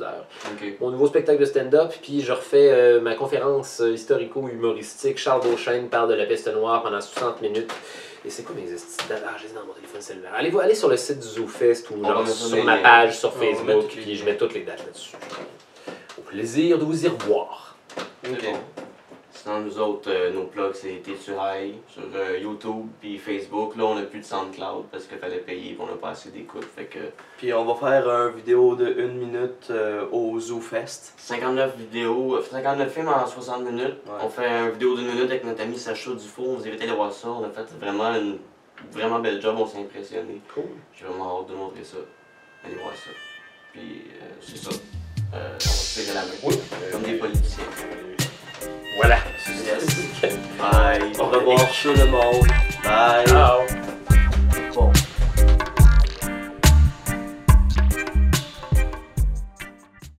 Speaker 2: Ok.
Speaker 1: Mon nouveau spectacle de stand-up, puis je refais euh, ma conférence euh, historico-humoristique. Charles Beauchesne parle de la peste noire pendant 60 minutes. Et c'est quoi mes esti de- Ah, j'ai dit dans mon téléphone cellulaire. Allez, allez sur le site du ZooFest ou
Speaker 2: On va
Speaker 1: genre,
Speaker 2: mettre
Speaker 1: sur
Speaker 2: les
Speaker 1: ma
Speaker 2: liens.
Speaker 1: page sur
Speaker 2: On va mettre
Speaker 1: Facebook,
Speaker 2: toutes les
Speaker 1: puis je
Speaker 2: liens.
Speaker 1: mets toutes les dates là-dessus. Au plaisir de vous y revoir.
Speaker 3: Ok.
Speaker 2: C'est bon. Sinon, nous autres, euh, nos plugs, c'est T'es-tu high sur euh, YouTube puis Facebook. Là, on n'a plus de SoundCloud parce qu'il fallait payer et on n'a pas assez d'écoute. Fait que
Speaker 3: Puis on va faire une vidéo de 1 minute euh, au Zoo Fest.
Speaker 2: 59 vidéos, euh, 59 films en 60 minutes. On fait une vidéo d'une minute avec notre ami Sacha Dufour. On vous invite à aller voir ça. On a fait vraiment une vraiment belle job. On s'est impressionné.
Speaker 1: Cool.
Speaker 2: J'ai vraiment hâte de montrer ça. Allez voir ça. Puis, euh, c'est ça. Euh, on va se tirer la main. Comme des politiciens.
Speaker 1: Voilà.
Speaker 2: Yes. Bye.
Speaker 3: On va voir sur le monde.
Speaker 2: Ah.
Speaker 3: Bye.
Speaker 1: Ciao.